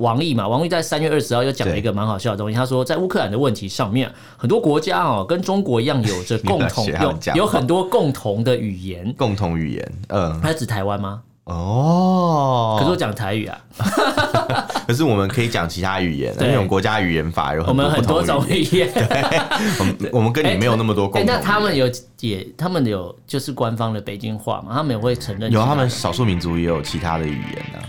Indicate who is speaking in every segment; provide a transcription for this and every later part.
Speaker 1: 王毅嘛，王毅在三月二十号又讲了一个蛮好笑的东西，他说在乌克兰的问题上面，很多国家哦跟中国一样有着共同
Speaker 2: 你把血汗
Speaker 1: 有
Speaker 2: 讲
Speaker 1: 有很多共同的语言。
Speaker 2: 共同语言，嗯，
Speaker 1: 他指台湾吗？
Speaker 2: 哦，
Speaker 1: 可是我讲台语啊，
Speaker 2: 可是我们可以讲其他语言，因
Speaker 1: 对
Speaker 2: 为我们国家语言法有
Speaker 1: 我们
Speaker 2: 很
Speaker 1: 很多
Speaker 2: 多不同
Speaker 1: 种
Speaker 2: 的语
Speaker 1: 语 言。
Speaker 2: 言，我们我们跟你没有那么多
Speaker 1: 哎、
Speaker 2: 共同语
Speaker 1: 那
Speaker 2: 言。
Speaker 1: 他们有也，他们有就是官方的北京话嘛？他们也会承认
Speaker 2: 有啊
Speaker 1: 其
Speaker 2: 他们少数民族也有其他的语言啊呢、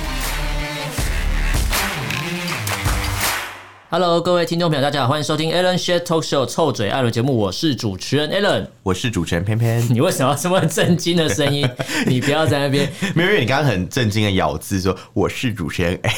Speaker 1: Hello，各位听众朋友，大家好，欢迎收听 Alan s h a t Talk Show 臭嘴艾伦节目，我是主持人 Alan。
Speaker 2: 我是主持人偏偏，
Speaker 1: 你为什么要这么震惊的声音？你不要在那边
Speaker 2: 没有，因为你刚刚很震惊的咬字说我是主持人， 哎、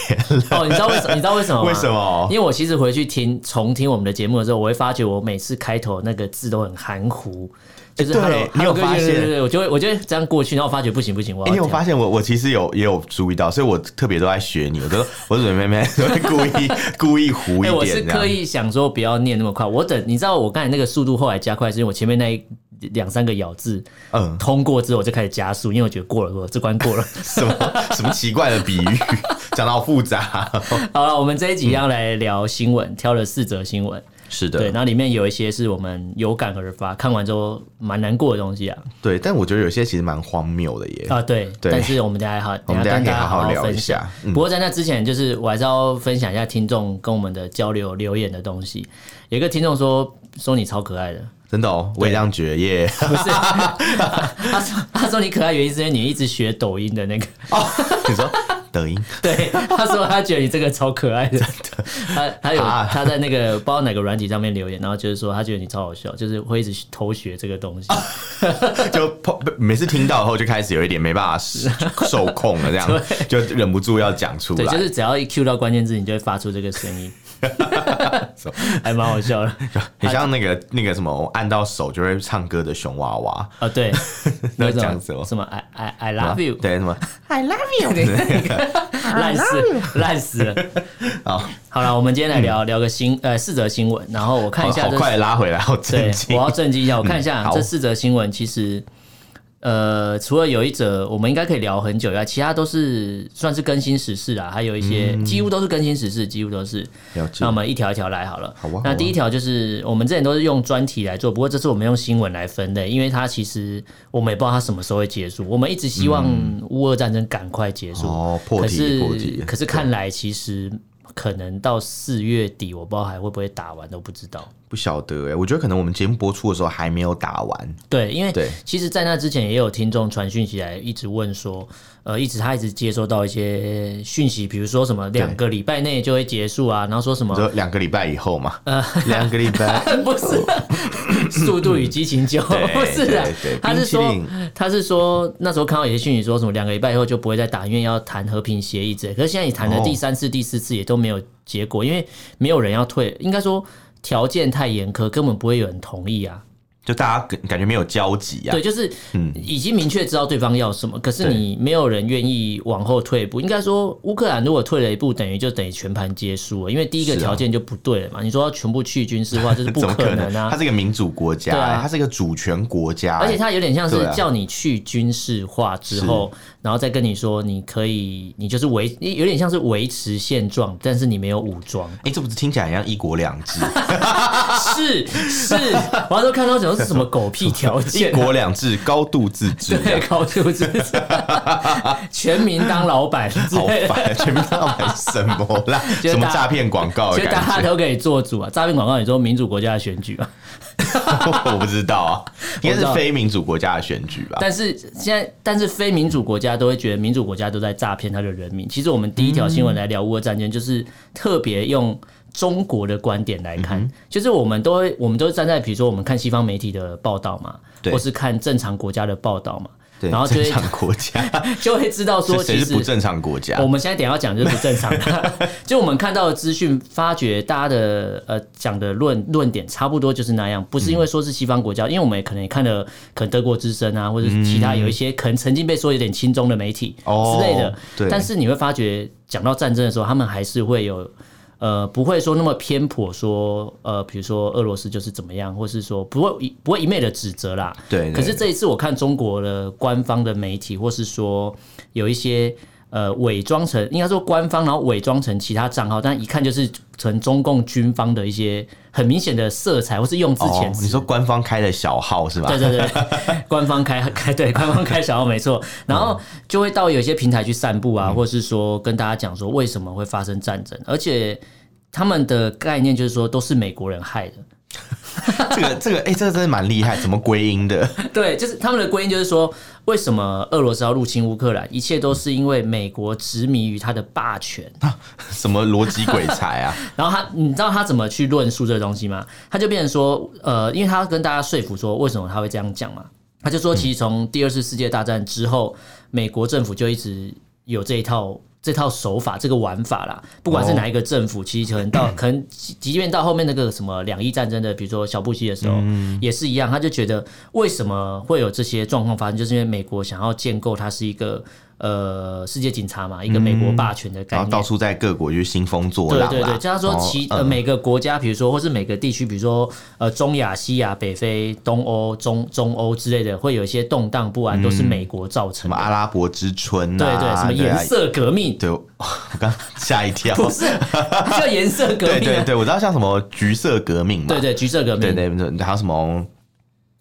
Speaker 1: 哦。你知道为什 你知道为什么吗？
Speaker 2: 为什么
Speaker 1: 因为我其实回去听重听我们的节目的时候，我会发觉我每次开头那个字都很含糊，就是
Speaker 2: 哎对
Speaker 1: hello，
Speaker 2: 你有
Speaker 1: hello，
Speaker 2: 发现
Speaker 1: 对对对，我就会我就会这样过去，然后我发觉不行不行，我要
Speaker 2: 你有
Speaker 1: 这样
Speaker 2: 发现我我其实有也有注意到，所以我特别都在学你，我都我准妹妹 都会故意故意糊
Speaker 1: 哎、
Speaker 2: 一
Speaker 1: 我是
Speaker 2: 点这样。
Speaker 1: 刻意想说不要念那么快，我等你知道我刚才那个速度后来加快，是因为我前面那一两三个咬字
Speaker 2: 嗯，
Speaker 1: 通过之后我就开始加速，因为我觉得过了 过了这关过了。
Speaker 2: 什么什么奇怪的比喻，讲到复杂。
Speaker 1: 好了，我们这一集要来聊新闻，挑了四则新闻，
Speaker 2: 是的
Speaker 1: 对，然后里面有一些是我们有感而发，看完之后蛮难过的东西啊
Speaker 2: 对，但我觉得有些其实蛮荒谬的耶。
Speaker 1: 啊对，
Speaker 2: 对
Speaker 1: 但是我们等一下好，
Speaker 2: 我们
Speaker 1: 等一下跟
Speaker 2: 等一下可以
Speaker 1: 大家
Speaker 2: 好好聊
Speaker 1: 分
Speaker 2: 一下
Speaker 1: 享
Speaker 2: 嗯
Speaker 1: 不过在那之前，就是我还是要分享一下听众跟我们的交流留言的东西。有一个听众说说你超可爱的，
Speaker 2: 真的哦，我也这样觉得耶。
Speaker 1: 不是， 他说他说你可爱原因是因为你一直学抖音的那 个，
Speaker 2: 你说抖音
Speaker 1: 对，他说他觉得你这个超可爱的，他他有
Speaker 2: 啊
Speaker 1: 他在那个不知道哪个软体上面留言，然后就是说他觉得你超好笑，就是会一直偷学这个东
Speaker 2: 啊
Speaker 1: 西，
Speaker 2: 就碰每次听到后就开始有一点没办法受控了，这样就忍不住要讲出
Speaker 1: 对，
Speaker 2: 来。
Speaker 1: 就是只要一 Q 到关键字，你就会发出这个声 音，还蛮好笑的
Speaker 2: 很像那个那个什么，按到手就会唱歌的熊娃娃，
Speaker 1: 啊，对，
Speaker 2: 那
Speaker 1: 有一种
Speaker 2: 讲什么
Speaker 1: 什么 I I I love you，
Speaker 2: 对什么？
Speaker 1: 烂死烂死了，
Speaker 2: 好，
Speaker 1: 好了，我们今天来聊聊个新呃四则新闻，然后我 看一下
Speaker 2: 好
Speaker 1: 这
Speaker 2: 快拉回来，好震
Speaker 1: 对，
Speaker 2: 惊
Speaker 1: 我。要震惊一下，我看一
Speaker 2: 嗯
Speaker 1: 下、
Speaker 2: 好
Speaker 1: 这四则新闻，其实。呃，除了有一则我们应该可以聊很久以外，其他都是算是更新时事啦，还有一些、几乎都是更新时事，几乎都是。
Speaker 2: 嗯了解
Speaker 1: 那我们一条一条来好了。
Speaker 2: 好啊
Speaker 1: 那
Speaker 2: 好啊
Speaker 1: 第一条就是我们之前都是用专题来做，不过这次我们用新闻来分类，因为它其实我们也不知道它什么时候会结束。我们一直希望乌俄战争赶快结束，
Speaker 2: 嗯哦破
Speaker 1: 可
Speaker 2: 题
Speaker 1: 是
Speaker 2: 破题
Speaker 1: 可是看来其实可能到四月底，我不知道还会不会打完都不知道。
Speaker 2: 不晓得哎，我觉得可能我们节目播出的时候还没有打完。
Speaker 1: 对，因为
Speaker 2: 对
Speaker 1: 其实，在那之前也有听众传讯息来，一直问说，呃，一直他一直接收到一些讯息，比如说什么两个礼拜内就会结束啊，然后说什
Speaker 2: 你
Speaker 1: 么
Speaker 2: 说两个礼拜以后嘛？
Speaker 1: 嗯
Speaker 2: 两个礼拜
Speaker 1: 不是《速度与激情九》
Speaker 2: 对
Speaker 1: 不是啊
Speaker 2: 对对，
Speaker 1: 他是说
Speaker 2: 冰淇
Speaker 1: 他是说那时候看到有些讯息说什么两个礼拜以后就不会再打，因为要谈和平协议之类，可是现在你谈了
Speaker 2: 哦
Speaker 1: 第三次、第四次也都没有结果，因为没有人要退，应该说条件太严苛，根本不会有人同意啊。
Speaker 2: 就大家感感觉没有交集啊
Speaker 1: 对，。就是已经明确知道对方要什么，可是
Speaker 2: 对
Speaker 1: 你没有人愿意往后退一步。应该说，乌克兰如果退了一步，等于就等于全盘皆输了，因为第一个
Speaker 2: 是啊
Speaker 1: 条件就不对了嘛。你说要全部去军事化，这是不
Speaker 2: 怎么
Speaker 1: 可
Speaker 2: 可
Speaker 1: 能
Speaker 2: 能？它
Speaker 1: 啊。
Speaker 2: 是一个民主国家
Speaker 1: 对啊
Speaker 2: 欸，它是一个主权国家欸，
Speaker 1: 而且它有点像是
Speaker 2: 对啊
Speaker 1: 叫你去军事化之后，然后再跟你说你可以，你就是维，有点像是维持现状，但是你没有武装。
Speaker 2: 哎，这不是听起来很像一国 两制？啊
Speaker 1: 是是，我那时候看到想说这是什么狗屁条
Speaker 2: 一
Speaker 1: 件啊、
Speaker 2: 国两制，高度自治，
Speaker 1: 对，高素质，全民当老板之
Speaker 2: 好
Speaker 1: 类的。
Speaker 2: 烦，啊全民到买什么 啦？
Speaker 1: 就
Speaker 2: 什么
Speaker 1: 大家
Speaker 2: 诈骗广告
Speaker 1: 所
Speaker 2: 的
Speaker 1: 以大家
Speaker 2: 感觉？
Speaker 1: 都可以做主啊！诈骗广告，你说民主国家的选举啊，
Speaker 2: 我不 知道啊，应该
Speaker 1: 我知
Speaker 2: 是
Speaker 1: 道
Speaker 2: 非民主国家的选举吧？
Speaker 1: 但是现在，但是非民主国家都会觉得民主国家都在诈骗他的人民。其实我们第一条新闻来聊乌俄战争，就是特别用中国的观点来
Speaker 2: 嗯
Speaker 1: 看，就是我们都会，我们都是站在比如说我们看西方媒体的报道嘛，
Speaker 2: 对
Speaker 1: 或是看正常国家的报道嘛。
Speaker 2: 对，
Speaker 1: 然后就
Speaker 2: 正
Speaker 1: 会
Speaker 2: 常国家，
Speaker 1: 就会知道说
Speaker 2: 这谁
Speaker 1: 其
Speaker 2: 是不
Speaker 1: 实。
Speaker 2: 正常国家
Speaker 1: 我？们现在等一下要讲就是不正常 的，就我们看到的资讯，发觉大家的呃讲的论论点差不多就是那样，不是因为说是西方国家，因为我们也可能也看了可能德国之声啊，或者是其他有一些可能曾经被说有点亲中的媒体
Speaker 2: 哦
Speaker 1: 之类的，
Speaker 2: 对
Speaker 1: 但是你会发觉讲到战争的时候，他们还是会有。呃，不会说那么偏颇，说呃，比如说俄罗斯就是怎么样，或是说不会一不会一昧的指责啦。
Speaker 2: 对对
Speaker 1: 可是这一次我看中国的官方的媒体，或是说有一些呃伪装成，应该说官方，然后伪装成其他账号，但一看就是成中共军方的一些很明显的色彩，或是用字
Speaker 2: 哦
Speaker 1: 遣，词。
Speaker 2: 你说官方开的小号是吧？
Speaker 1: 对对对， 官方开开对官方开小号没错，然后就会到有些平台去散步啊，或是说跟大家讲说为什么会发生战争，而且他们的概念就是说都是美国人害的。
Speaker 2: 这个这个，哎、这个真的蛮厉害，怎么归因的？
Speaker 1: 对，就是他们的归因就是说，为什么俄罗斯要入侵乌克兰，一切都是因为美国执迷于它的霸权。
Speaker 2: 什么逻辑鬼 才啊？
Speaker 1: 然后他，你知道他怎么去论述这个东西吗？他就变成说，呃，因为他要跟大家说服说为什么他会这样讲嘛，他就说，其实从第二次世界大战之后，美国政府就一直有这一套。这套手法，这个玩法啦，不管是哪一个政府，其实可能到可能，即即便到后面那个什么两伊战争的，比如说小布希的时候，也是一样，他就觉得为什么会有这些状况发生，就是因为美国想要建构它是一个呃世界警察嘛，一个美国霸权的概念，
Speaker 2: 然后到处在各国就是兴风作
Speaker 1: 对
Speaker 2: 浪啦。
Speaker 1: 对对，就像说
Speaker 2: 然后
Speaker 1: 其、呃
Speaker 2: 嗯
Speaker 1: 每个国家，比如说或是每个地区，比如说呃中亚、西亚、北非、东欧、中中欧之类的，会有一些动荡不安，都是美国造
Speaker 2: 什
Speaker 1: 成
Speaker 2: 么
Speaker 1: 的。
Speaker 2: 阿拉伯之春
Speaker 1: 对对，
Speaker 2: 啊，
Speaker 1: 什么
Speaker 2: 啊
Speaker 1: 颜色革命？
Speaker 2: 对，我我刚吓一跳。
Speaker 1: 不是，它叫颜色革
Speaker 2: 对
Speaker 1: 命、
Speaker 2: 对
Speaker 1: 啊。
Speaker 2: 对，我知道像什么橘色革命嘛，
Speaker 1: 对对，橘色革
Speaker 2: 对
Speaker 1: 命，
Speaker 2: 对对还有什么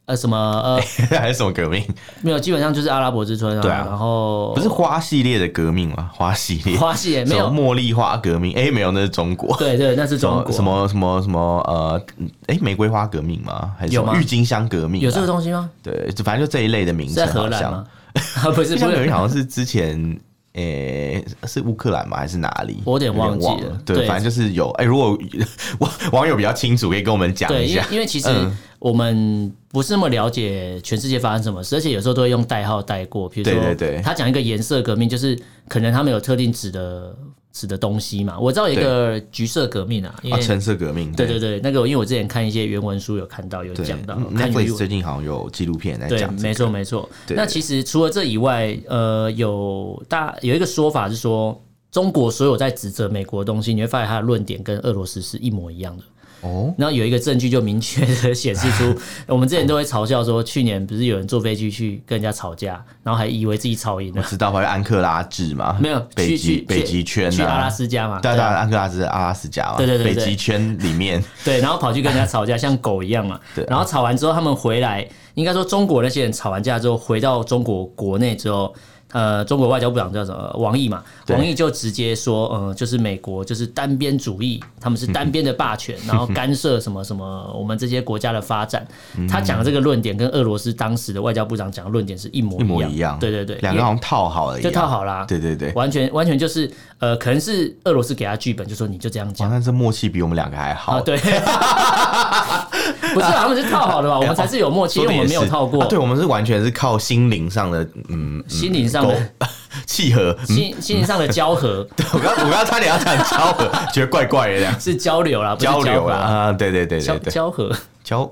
Speaker 1: 呃，什么呃，
Speaker 2: 还有什么革命？
Speaker 1: 没有，基本上就是阿拉伯之春啊，
Speaker 2: 对啊
Speaker 1: 然后
Speaker 2: 不是花系列的革命吗？花系列，
Speaker 1: 花系也没
Speaker 2: 什
Speaker 1: 有，
Speaker 2: 么茉莉花革命？哎，没有，那是中国。
Speaker 1: 对对，那是
Speaker 2: 什
Speaker 1: 中
Speaker 2: 么
Speaker 1: 国
Speaker 2: 什么什么什么呃，哎，玫瑰花革命吗？还是什
Speaker 1: 有
Speaker 2: 么
Speaker 1: 吗
Speaker 2: 郁金香革命啊？
Speaker 1: 有这个东西吗？
Speaker 2: 对，就反正就这一类的名
Speaker 1: 是
Speaker 2: 称
Speaker 1: 在荷
Speaker 2: 好
Speaker 1: 兰
Speaker 2: 像
Speaker 1: 吗。？啊，不是
Speaker 2: 郁
Speaker 1: 不
Speaker 2: 金香革
Speaker 1: 是
Speaker 2: 命，好像是之前。 诶、是乌克兰吗？还是哪里？
Speaker 1: 我有点忘记了
Speaker 2: 有点对，
Speaker 1: 对
Speaker 2: 反正就是有。诶、如果 网网友比较清楚，可以跟我们讲
Speaker 1: 对，
Speaker 2: 一
Speaker 1: 因为
Speaker 2: 下。
Speaker 1: 因为其实
Speaker 2: 嗯
Speaker 1: 我们不是那么了解全世界发生什么事，而且有时候都会用代号带过，比如说
Speaker 2: 对对对
Speaker 1: 他讲一个颜色革命，就是可能他们有特定指的指的东西嘛。我知道有一个橘色革命啊，因
Speaker 2: 啊，
Speaker 1: 为、
Speaker 2: 橙色革命。
Speaker 1: 对对对，那个因为我之前看一些原文书有看到有
Speaker 2: 对
Speaker 1: 讲到，
Speaker 2: 嗯
Speaker 1: 看原
Speaker 2: ，Netflix
Speaker 1: 文
Speaker 2: 最近好像有纪录片在
Speaker 1: 对，
Speaker 2: 讲、这个
Speaker 1: 没错没错。
Speaker 2: 对
Speaker 1: 那
Speaker 2: 对
Speaker 1: 其实除了这以外，呃，有大有一个说法是说，中国所有在指责美国的东西，你会发现他的论点跟俄罗斯是一模一样的。
Speaker 2: 哦，
Speaker 1: 然后有一个证据就明确的显示出， 我们之前都会嘲笑说，去年不是有人坐飞机去跟人家吵架，然后还以为自己吵赢了，
Speaker 2: 知道吧？有安克拉治嘛？
Speaker 1: 没有
Speaker 2: 北
Speaker 1: 去
Speaker 2: 极
Speaker 1: 去
Speaker 2: 北极圈啊，
Speaker 1: 去阿拉斯加嘛，
Speaker 2: 对啊
Speaker 1: 对
Speaker 2: 对
Speaker 1: 啊
Speaker 2: 啊，安克拉治阿拉斯加嘛，
Speaker 1: 对对对对
Speaker 2: 北
Speaker 1: 对
Speaker 2: 极圈里面，
Speaker 1: 对，然后跑去跟人家吵架，像狗一样嘛。
Speaker 2: 对啊
Speaker 1: 然后吵完之后，他们回来，应该说中国那些人吵完架之后，回到中国国内之后，呃，中国外交部长叫什么？呃王毅嘛。
Speaker 2: 对
Speaker 1: 王毅就直接说，呃，就是美国就是单边主义，他们是单边的霸
Speaker 2: 嗯
Speaker 1: 权，然后干涉什么什么我们这些国家的发展。
Speaker 2: 嗯
Speaker 1: 他讲的这个论点跟俄罗斯当时的外交部长讲的论点是一模
Speaker 2: 一模
Speaker 1: 一
Speaker 2: 一样。
Speaker 1: 对对对，
Speaker 2: 两个好像套好了一
Speaker 1: 就
Speaker 2: 样。
Speaker 1: 套好啦。
Speaker 2: 对对对，
Speaker 1: 完全完全就是呃，可能是俄罗斯给他剧本，就说你就这样
Speaker 2: 哇，
Speaker 1: 讲。
Speaker 2: 那这默契比我们两个还好。
Speaker 1: 啊，对，不是啊，他们是套好的吧？我们才是有默契，因
Speaker 2: 哎说
Speaker 1: 为
Speaker 2: 得也
Speaker 1: 我
Speaker 2: 是，
Speaker 1: 们没有套过
Speaker 2: 啊。对，我们是完全是靠心灵上的，嗯，嗯
Speaker 1: 心灵上的
Speaker 2: 沟契 合。嗯
Speaker 1: 心心灵上的交合
Speaker 2: 我刚我刚差点要讲交合，觉得怪怪的这样。
Speaker 1: 是交流啦，不是
Speaker 2: 交流
Speaker 1: 合
Speaker 2: 啦，
Speaker 1: 啦，
Speaker 2: 啊，对对对
Speaker 1: 交
Speaker 2: 对对，
Speaker 1: 交合，
Speaker 2: 交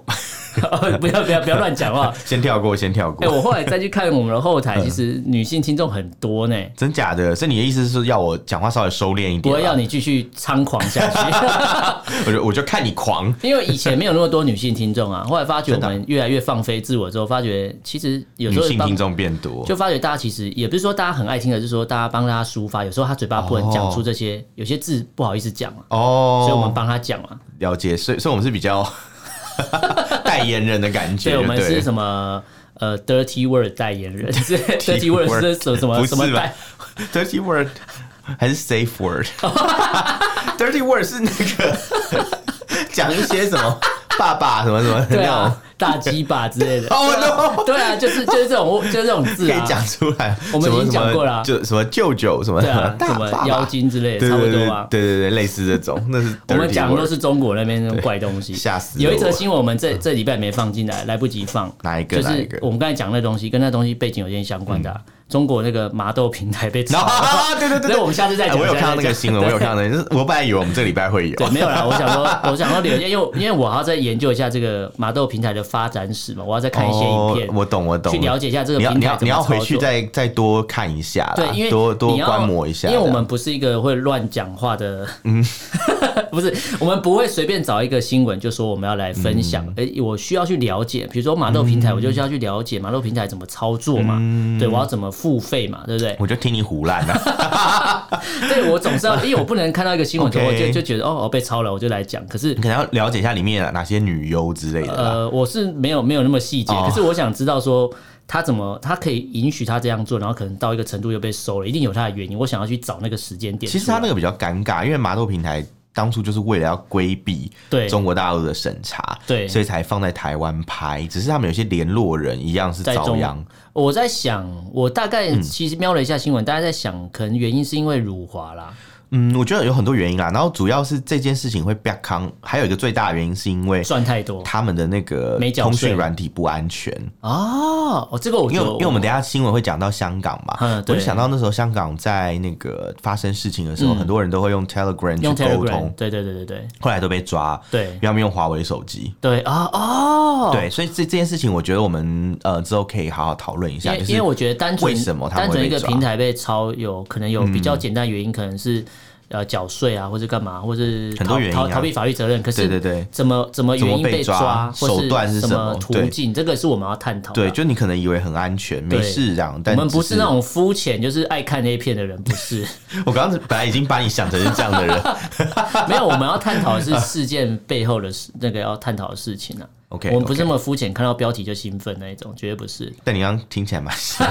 Speaker 1: 不要不要不要乱讲 话。
Speaker 2: 先跳过，先跳
Speaker 1: 哎，
Speaker 2: 过。
Speaker 1: 我后来再去看我们的后
Speaker 2: 嗯
Speaker 1: 台，其实女性听众很多呢。
Speaker 2: 真假的？所以你的意思是要我讲话稍微收敛一
Speaker 1: 不
Speaker 2: 点？
Speaker 1: 会要，你继续猖狂下 去，
Speaker 2: 我就我就看你狂。
Speaker 1: 因为以前没有那么多女性听众啊。后来发觉我们越来越放飞自我之后，发觉其实有时
Speaker 2: 女
Speaker 1: 候
Speaker 2: 性
Speaker 1: 帮
Speaker 2: 听众变多，
Speaker 1: 就发觉大家其实也不是说大家很爱听的，就是说大家帮大家抒发，有时候他嘴巴不能讲出这些，有些字不好意思讲嘛，
Speaker 2: 哦，
Speaker 1: 所以我们帮他讲嘛。
Speaker 2: 了解，所以所以我们是比较 代言人的感觉，
Speaker 1: 对，我们
Speaker 2: 对
Speaker 1: 是什么？呃，dirty word 代言 人是，dirty word
Speaker 2: word
Speaker 1: 是什么什
Speaker 2: 不
Speaker 1: 么
Speaker 2: 是
Speaker 1: 什么
Speaker 2: 吧
Speaker 1: 代？
Speaker 2: dirty word 还是 safe word？dirty word 是那个讲一些什么爸爸什么什么
Speaker 1: 对
Speaker 2: 那种
Speaker 1: 啊，大鸡巴之类的。
Speaker 2: Oh no！
Speaker 1: 对啊，就是就是这种就是这种字
Speaker 2: 可以
Speaker 1: 啊，
Speaker 2: 讲出来，
Speaker 1: 我们已经讲过了啊
Speaker 2: 什么什么就什么舅舅什么
Speaker 1: 对啊，
Speaker 2: 大
Speaker 1: 什
Speaker 2: 爸
Speaker 1: 么
Speaker 2: 爸
Speaker 1: 妖精之类的，
Speaker 2: 对
Speaker 1: 差不
Speaker 2: 对对
Speaker 1: 多啊吧。
Speaker 2: 对对对，类似这种，那是
Speaker 1: 我们
Speaker 2: dirty
Speaker 1: 讲的都
Speaker 2: word
Speaker 1: 是中国那边那种怪东西，
Speaker 2: 对吓死
Speaker 1: 有一
Speaker 2: 我
Speaker 1: 则
Speaker 2: 了
Speaker 1: 新闻，我们这这礼拜没放进来，来不及放。
Speaker 2: 哪一个
Speaker 1: 就
Speaker 2: 哪一
Speaker 1: 是
Speaker 2: 个嗯
Speaker 1: 我们刚才讲那东西，跟那东西背景有点相关的啊。中国那个麻豆平台被
Speaker 2: 然 后
Speaker 1: 查，
Speaker 2: 对对对
Speaker 1: 那我们下次再
Speaker 2: 哎
Speaker 1: 讲。
Speaker 2: 我有
Speaker 1: 下
Speaker 2: 看
Speaker 1: 次再
Speaker 2: 到那个
Speaker 1: 讲
Speaker 2: 新闻，我有看到那个，就是我本来以为我们这礼拜会有，
Speaker 1: 对，没有啦，我想说，我 想说留一下，因为因为我还要再研究一下这个麻豆平台的发展史嘛，我要再看一些影片，
Speaker 2: 哦我懂我懂，
Speaker 1: 去了解一下这个
Speaker 2: 你要
Speaker 1: 平
Speaker 2: 你
Speaker 1: 台
Speaker 2: 要
Speaker 1: 怎
Speaker 2: 你
Speaker 1: 么
Speaker 2: 要
Speaker 1: 操
Speaker 2: 回
Speaker 1: 作。
Speaker 2: 去再再多看一下啦，
Speaker 1: 对，因为
Speaker 2: 啊多多
Speaker 1: 你要
Speaker 2: 观摩一下，
Speaker 1: 因为我
Speaker 2: 这
Speaker 1: 们
Speaker 2: 样
Speaker 1: 不是一个会乱讲话的，嗯， 不是，我们不会随便找一个新闻就说我们要来分享，
Speaker 2: 嗯
Speaker 1: 哎、我需要去了解，比如说马豆平台，我就需要去了解马豆平台怎么操作嘛，对我要怎么付费嘛，对不对？
Speaker 2: 嗯我就听你胡乱啊，
Speaker 1: 对我总是要，因为我不能看到一个 新闻之后
Speaker 2: OK 嗯
Speaker 1: 就就觉得哦哦被抄了，我就来讲，可是
Speaker 2: 你。可能要了解一下里面哪些女优之类的啦。
Speaker 1: 呃，我是没有没有那么细节，
Speaker 2: 哦
Speaker 1: 可是我想知道说他怎么，他可以允许他这样做，然后可能到一个程度又被收了，一定有他的原因。我想要去找那个时间点出来。
Speaker 2: 其实他那个比较尴尬，因为麻豆平台当初就是为了要规避
Speaker 1: 对
Speaker 2: 中国大陆的审查，
Speaker 1: 对
Speaker 2: 所以才放在台湾拍。只是他们有些联络人一样是
Speaker 1: 在
Speaker 2: 遭
Speaker 1: 中
Speaker 2: 殃，
Speaker 1: 我在想，我大概
Speaker 2: 嗯
Speaker 1: 其实瞄了一下新闻，大家在想，可能原因是因为辱华啦，
Speaker 2: 嗯，我觉得有很多原因啦。然后主要是这件事情会被康，还有一个最大的原因是因为
Speaker 1: 赚太多
Speaker 2: 他们的那个
Speaker 1: 没缴
Speaker 2: 通
Speaker 1: 税
Speaker 2: 讯软体不安全。
Speaker 1: 哦。哦，这个我
Speaker 2: 因
Speaker 1: 觉
Speaker 2: 为
Speaker 1: 得
Speaker 2: 因为我们等一下新闻会讲到香港嘛，
Speaker 1: 嗯
Speaker 2: 我
Speaker 1: 对嗯
Speaker 2: 就想到那时候香港在那个发生事情的时候，很多人都会用 Telegram 去
Speaker 1: 用
Speaker 2: 沟
Speaker 1: Telegram，
Speaker 2: 通，
Speaker 1: 对对对对对
Speaker 2: 后来都被抓，因
Speaker 1: 对
Speaker 2: 为他们用华为手机。
Speaker 1: 对啊哦，，
Speaker 2: 对，所以这这件事情，我觉得我们呃之后可以好好讨论一
Speaker 1: 因
Speaker 2: 下，
Speaker 1: 为
Speaker 2: 就是
Speaker 1: 因为我觉得单纯
Speaker 2: 为什么他们
Speaker 1: 单
Speaker 2: 会
Speaker 1: 纯一
Speaker 2: 被
Speaker 1: 个
Speaker 2: 抓嗯
Speaker 1: 平台被抄有可能有比较简单原因，可能是呃缴税啊，或者干嘛，或是
Speaker 2: 很多
Speaker 1: 逃
Speaker 2: 原因啊
Speaker 1: 逃逃避法律责任。可是
Speaker 2: 对对对
Speaker 1: 怎么怎么
Speaker 2: 怎么
Speaker 1: 原因
Speaker 2: 被
Speaker 1: 被
Speaker 2: 抓
Speaker 1: 或
Speaker 2: 手段是
Speaker 1: 什
Speaker 2: 什么
Speaker 1: 途
Speaker 2: 对
Speaker 1: 径，这个是我们要探讨的。
Speaker 2: 对，就你可能以为很安全，没
Speaker 1: 对
Speaker 2: 事这样，但
Speaker 1: 我们
Speaker 2: 只
Speaker 1: 不是那种肤浅，就是爱看 A 片的人，不是。
Speaker 2: 我刚刚本来已经把你想成是这样 的人
Speaker 1: 没有，我们要探讨的是事件背后的事，那个要探讨的事情啊。
Speaker 2: ，OK，
Speaker 1: 我们不是
Speaker 2: OK
Speaker 1: 那么肤浅，看到标题就兴奋那一种，绝对不是。
Speaker 2: 但你刚刚听 起来蛮像。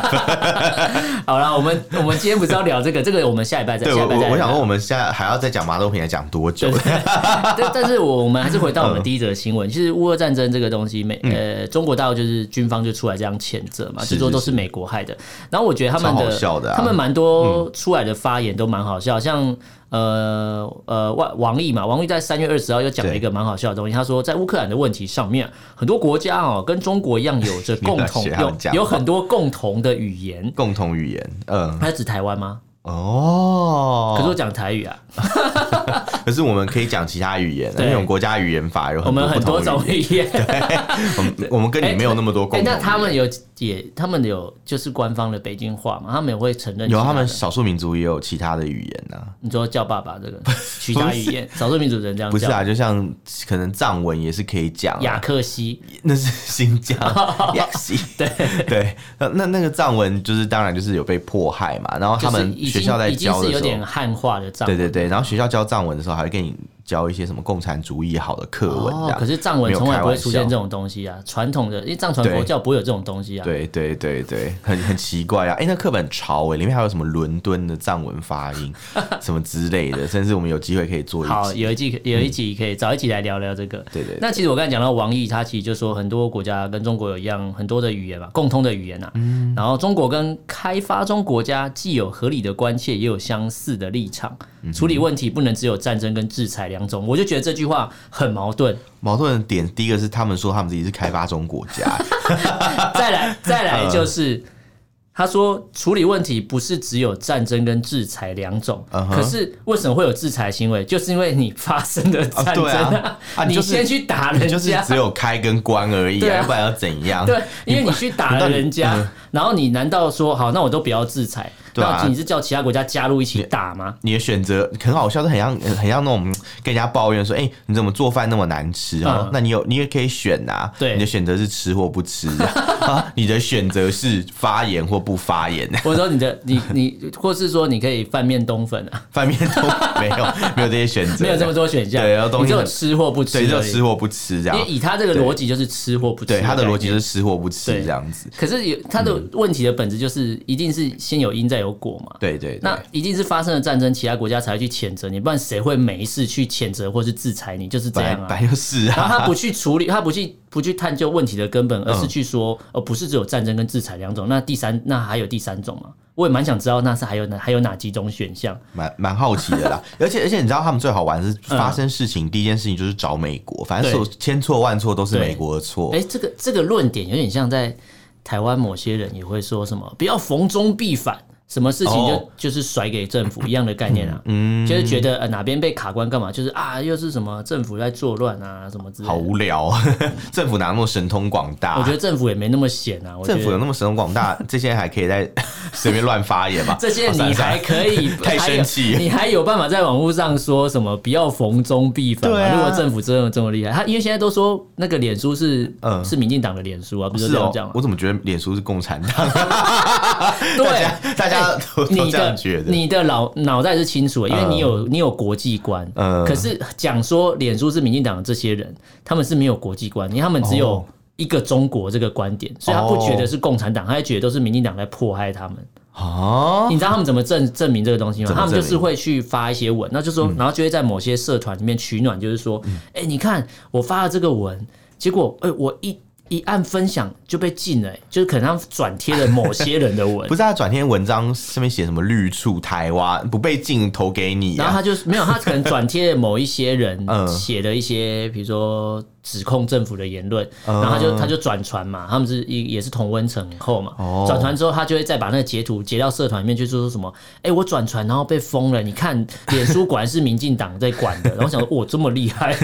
Speaker 1: 好了，我们我们今天不是要聊这个，这个我们下一拜再
Speaker 2: 对，
Speaker 1: 下
Speaker 2: 我
Speaker 1: 一拜再
Speaker 2: 我我想
Speaker 1: 聊
Speaker 2: 问，我们现在还要再讲麻豆平台讲多久？
Speaker 1: 但但是我我们还是回到
Speaker 2: 嗯
Speaker 1: 我们第一则新闻，其实乌俄战争这个东西，美呃中国大陆就是军方就出来这样谴责嘛，
Speaker 2: 是
Speaker 1: 就说
Speaker 2: 是
Speaker 1: 都是美国害的。然后我觉得他们
Speaker 2: 超好
Speaker 1: 的
Speaker 2: 笑的啊
Speaker 1: 他们蛮多出来的发言都蛮好笑，像。呃呃，王王毅嘛，王毅在三月二十号又讲了一个蛮好笑的东西。他说，在乌克兰的问题上面，很多国家哦跟中国一样有着共同
Speaker 2: 你不要学他们
Speaker 1: 有
Speaker 2: 讲
Speaker 1: 有
Speaker 2: 话
Speaker 1: 很多共同的语言。
Speaker 2: 共同语言，嗯，
Speaker 1: 他是指台湾吗？
Speaker 2: 哦，
Speaker 1: 可是我讲台语啊，
Speaker 2: 可是我们可以讲其他语言，因
Speaker 1: 对
Speaker 2: 为我们国家语言法有
Speaker 1: 我
Speaker 2: 很
Speaker 1: 们
Speaker 2: 多
Speaker 1: 很
Speaker 2: 不
Speaker 1: 多
Speaker 2: 同
Speaker 1: 种
Speaker 2: 语言，
Speaker 1: 语言。
Speaker 2: 我们我们跟你没有那么多
Speaker 1: 哎、
Speaker 2: 共同
Speaker 1: 那
Speaker 2: 语
Speaker 1: 他
Speaker 2: 言。
Speaker 1: 们有也，他们有就是官方的北京话嘛？他们也会承认
Speaker 2: 有啊
Speaker 1: 其
Speaker 2: 他们
Speaker 1: 的
Speaker 2: 少数民族也有其他的语言啊呐，
Speaker 1: 你说叫爸爸这个其他语 言，少数民族人这样
Speaker 2: 不是
Speaker 1: 叫。
Speaker 2: 啊？就像可能藏文也是可以讲啊，
Speaker 1: 雅克西，
Speaker 2: 那是 新疆雅西，对对，那那那个藏文就是当然就是有被迫害嘛，然后他
Speaker 1: 就是
Speaker 2: 们
Speaker 1: 已
Speaker 2: 学
Speaker 1: 经
Speaker 2: 校在
Speaker 1: 已经
Speaker 2: 教
Speaker 1: 是
Speaker 2: 的
Speaker 1: 有
Speaker 2: 时
Speaker 1: 点
Speaker 2: 候，
Speaker 1: 汉化的藏
Speaker 2: 对
Speaker 1: 文，
Speaker 2: 对对，然后学校教藏文的时候还会给你教一些什么共产主义好的课文这
Speaker 1: 哦，
Speaker 2: 样，
Speaker 1: 可是藏文
Speaker 2: 没有
Speaker 1: 从来不
Speaker 2: 开
Speaker 1: 会
Speaker 2: 玩
Speaker 1: 出现
Speaker 2: 笑
Speaker 1: 这种东西啊，传统的，因为藏传
Speaker 2: 对
Speaker 1: 佛教不会有这种东西啊。
Speaker 2: 对对对对，很很奇怪啊！哎、那课本很潮哎、里面还有什么伦敦的藏文 发音什么之类的，甚至我们有机会可以做一
Speaker 1: 好，
Speaker 2: 集。
Speaker 1: 有一集有一集可以找一起来聊聊这个。
Speaker 2: 对对对
Speaker 1: 那其实我刚才讲到王毅，他其实就说很多国家跟中国有一样很多的语
Speaker 2: 嗯
Speaker 1: 言嘛，共通的语言啊。然后中国跟开发中国家既有合理的关切，也有相似的立场，
Speaker 2: 嗯
Speaker 1: 处理问题不能只有战争跟制裁两种。我就觉得这句话很矛 盾。
Speaker 2: 矛盾的点，第一个是他们说他们自己是开发中国家，
Speaker 1: 再来，再来
Speaker 2: 嗯
Speaker 1: 就是。他说：“处理问题不是只有战争跟制裁两种
Speaker 2: 嗯哼
Speaker 1: 可是为什么会有制裁行为？就是因为你发生了战争
Speaker 2: 对啊啊
Speaker 1: 你
Speaker 2: 你就是
Speaker 1: 先去打 人
Speaker 2: 你
Speaker 1: 家，
Speaker 2: 就是只有开跟关而已、
Speaker 1: 对啊
Speaker 2: 要不然要怎样？
Speaker 1: 对，因为你去打了人家，然后你难道说好，那我都不要制裁？
Speaker 2: 对啊
Speaker 1: 那你是叫其他国家加入一起打吗？
Speaker 2: 你的选择很好笑，是很像很像那种嗯跟人家抱怨说：“哎、你怎么做饭那么难吃哦？”
Speaker 1: 嗯
Speaker 2: 那你有你也可以选啊，
Speaker 1: 对
Speaker 2: 你的选择是吃或不吃 啊啊，你的选择是发言或不发言。
Speaker 1: 或者说你的你你，或是说你可以翻面冬粉啊，
Speaker 2: 翻面都没有 没有这些选择，
Speaker 1: 没有这么多选项，
Speaker 2: 对然后东
Speaker 1: 你
Speaker 2: 西
Speaker 1: 只有
Speaker 2: 很
Speaker 1: 吃或不吃而
Speaker 2: 对，
Speaker 1: 已，
Speaker 2: 就吃或不吃这啊
Speaker 1: 因
Speaker 2: 样
Speaker 1: 为。以他这个逻辑就是吃或不吃，
Speaker 2: 对，他的逻辑就。是吃或不吃
Speaker 1: 对
Speaker 2: 这样子。
Speaker 1: 可是有他的就问题的本质就是一定是先有因再有果嘛。
Speaker 2: 对对对
Speaker 1: 那，一定是发生了战争，其他国家才会去谴责你，不然谁会没事去谴责或是制裁你？就是这
Speaker 2: 本来
Speaker 1: 样
Speaker 2: 本
Speaker 1: 啊。
Speaker 2: 来就是
Speaker 1: 然
Speaker 2: 啊，
Speaker 1: 后他不去处理，他不去不去探究问题的根本，而是
Speaker 2: 嗯
Speaker 1: 去说，呃，不是只有战争跟制裁两种，那第三那还有第三种嘛？我也蛮想知道，那是还有哪还有哪几种选项？
Speaker 2: 蛮蛮好奇 的啦。而且而且你知道他们最好玩的是发生事情、第一件事情就是找美国，反
Speaker 1: 嗯
Speaker 2: 正
Speaker 1: 对
Speaker 2: 所千错万错都是
Speaker 1: 对
Speaker 2: 美国的错
Speaker 1: 哎、。这个这个论点有点像在台湾某些人也会说什么“不要逢中必反”，什么事情就、
Speaker 2: 哦嗯
Speaker 1: 就是甩给政府一样的概念啊，就是觉得呃哪边被卡关干嘛，就是啊又是什么政府在作乱啊什么之类
Speaker 2: 好
Speaker 1: 的。
Speaker 2: 无聊、哦， 政府哪那么神通广大、啊
Speaker 1: 我觉得政府也没那么闲啊，我觉
Speaker 2: 政府有
Speaker 1: 得
Speaker 2: 那么神通 广大，这些人还可以在 随便乱发言吧？
Speaker 1: 这些你还可以
Speaker 2: 太生气
Speaker 1: 还有你还有办法在网络上说什么“不要逢中必反”
Speaker 2: 对
Speaker 1: 嘛？
Speaker 2: 啊
Speaker 1: 如果政府真的这么厉害，他因为现在都说那个脸书是、
Speaker 2: 嗯
Speaker 1: 是民进党的脸书啊，不是
Speaker 2: 是
Speaker 1: 这
Speaker 2: 哦
Speaker 1: 样讲吗，？
Speaker 2: 我怎么觉得脸书是共产党？啊大家
Speaker 1: 对，
Speaker 2: 大家
Speaker 1: 哎
Speaker 2: 都都
Speaker 1: 你
Speaker 2: 这
Speaker 1: 的
Speaker 2: 样觉得
Speaker 1: 你的脑脑袋是清楚的，因为你有你有国际观。
Speaker 2: 嗯
Speaker 1: 可是讲说脸书是民进党的这些人，他们是没有国际观，因为他们只有
Speaker 2: 哦
Speaker 1: 一个中国这个观点，所以他不觉得是共产党，他也觉得都是民进党在迫害他们。
Speaker 2: 哦
Speaker 1: 你知道他们怎么证证明这个东西吗？
Speaker 2: 怎么
Speaker 1: 他们就
Speaker 2: 证
Speaker 1: 是
Speaker 2: 明嗯
Speaker 1: 会去发一些文，那就说，然后就会在某些社团里面取暖，就是说，哎、你看我发了这个文，结果，哎、我一一按分享就被禁了、哎就是可能他们转贴了某些人的文
Speaker 2: 不，是他转天文章上面写什么绿处台湾不被禁投给你、
Speaker 1: 然后
Speaker 2: 啊
Speaker 1: 他，就是没有，他可能转贴了某一些人
Speaker 2: 嗯
Speaker 1: 写的一些，比如说指控政府的言论，
Speaker 2: 嗯
Speaker 1: 然后他就他就转传嘛，他们是一也是同温层后嘛，
Speaker 2: 哦
Speaker 1: 转传之后他就会再把那个截图截到社团里面去，就说什么，哎，我转传然后被封了，你看脸书果然是民进党在管的，然后我想说，哇，哦这么厉 害，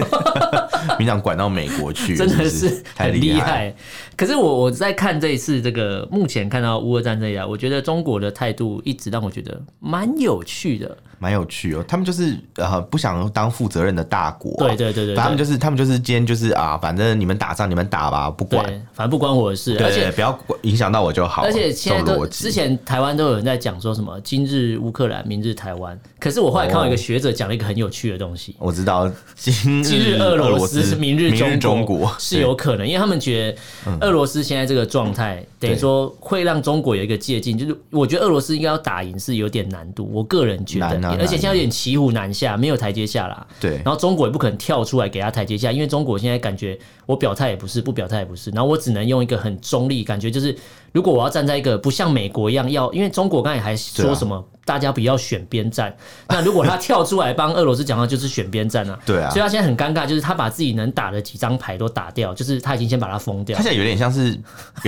Speaker 2: 民党管到美国去，
Speaker 1: 真的
Speaker 2: 是不
Speaker 1: 是
Speaker 2: 是太
Speaker 1: 很厉
Speaker 2: 害了。
Speaker 1: 害。可是我我在看这一次这个目前看到乌俄战争以来，我觉得中国的态度一直让我觉得蛮有趣的，
Speaker 2: 蛮有趣哦。他们就是呃不想当负责任的大国啊、
Speaker 1: 对对对对对
Speaker 2: 反正他们就是他们就是今天就是啊，反正你们打仗你们打吧，不
Speaker 1: 对
Speaker 2: 管，，
Speaker 1: 反正不关我的事，
Speaker 2: 对
Speaker 1: 而且
Speaker 2: 对不要管影响到我就好了。
Speaker 1: 而且现在
Speaker 2: 这种
Speaker 1: 都
Speaker 2: 逻辑
Speaker 1: 之前台湾都有人在讲说什么今日乌克兰，明日台湾。可是我后来看到一个学者讲了一个很有趣的东西。
Speaker 2: 我知道今
Speaker 1: 今日
Speaker 2: 日
Speaker 1: 俄罗
Speaker 2: 嗯罗
Speaker 1: 斯，明
Speaker 2: 日
Speaker 1: 中
Speaker 2: 中
Speaker 1: 国是有可能，因为他们觉得俄罗斯现在这个状
Speaker 2: 嗯
Speaker 1: 态，等于说会让中国有一个借鉴，就是我觉得俄罗斯应该要打赢是有点难度，我个人觉得
Speaker 2: 难啊，
Speaker 1: 而且现
Speaker 2: 难
Speaker 1: 在
Speaker 2: 啊
Speaker 1: 有点骑虎难下，没有台阶下啦。
Speaker 2: 对
Speaker 1: 然后中国也不可能跳出来给他台阶下，因为中国现在感觉我表态也不是，不表态也不是，然后我只能用一个很中立，感觉就是如果我要站在一个不像美国一样要，因为中国刚才还
Speaker 2: 对
Speaker 1: 说
Speaker 2: 啊
Speaker 1: 什么、大家不要选边站，那如果他跳出来帮俄罗斯讲话，就是选边站啊。
Speaker 2: 对啊
Speaker 1: 所以他现在很尴尬，就是他把自己能打的几张牌都打掉，就是他已经先把它封掉
Speaker 2: 他。现在有点像是 不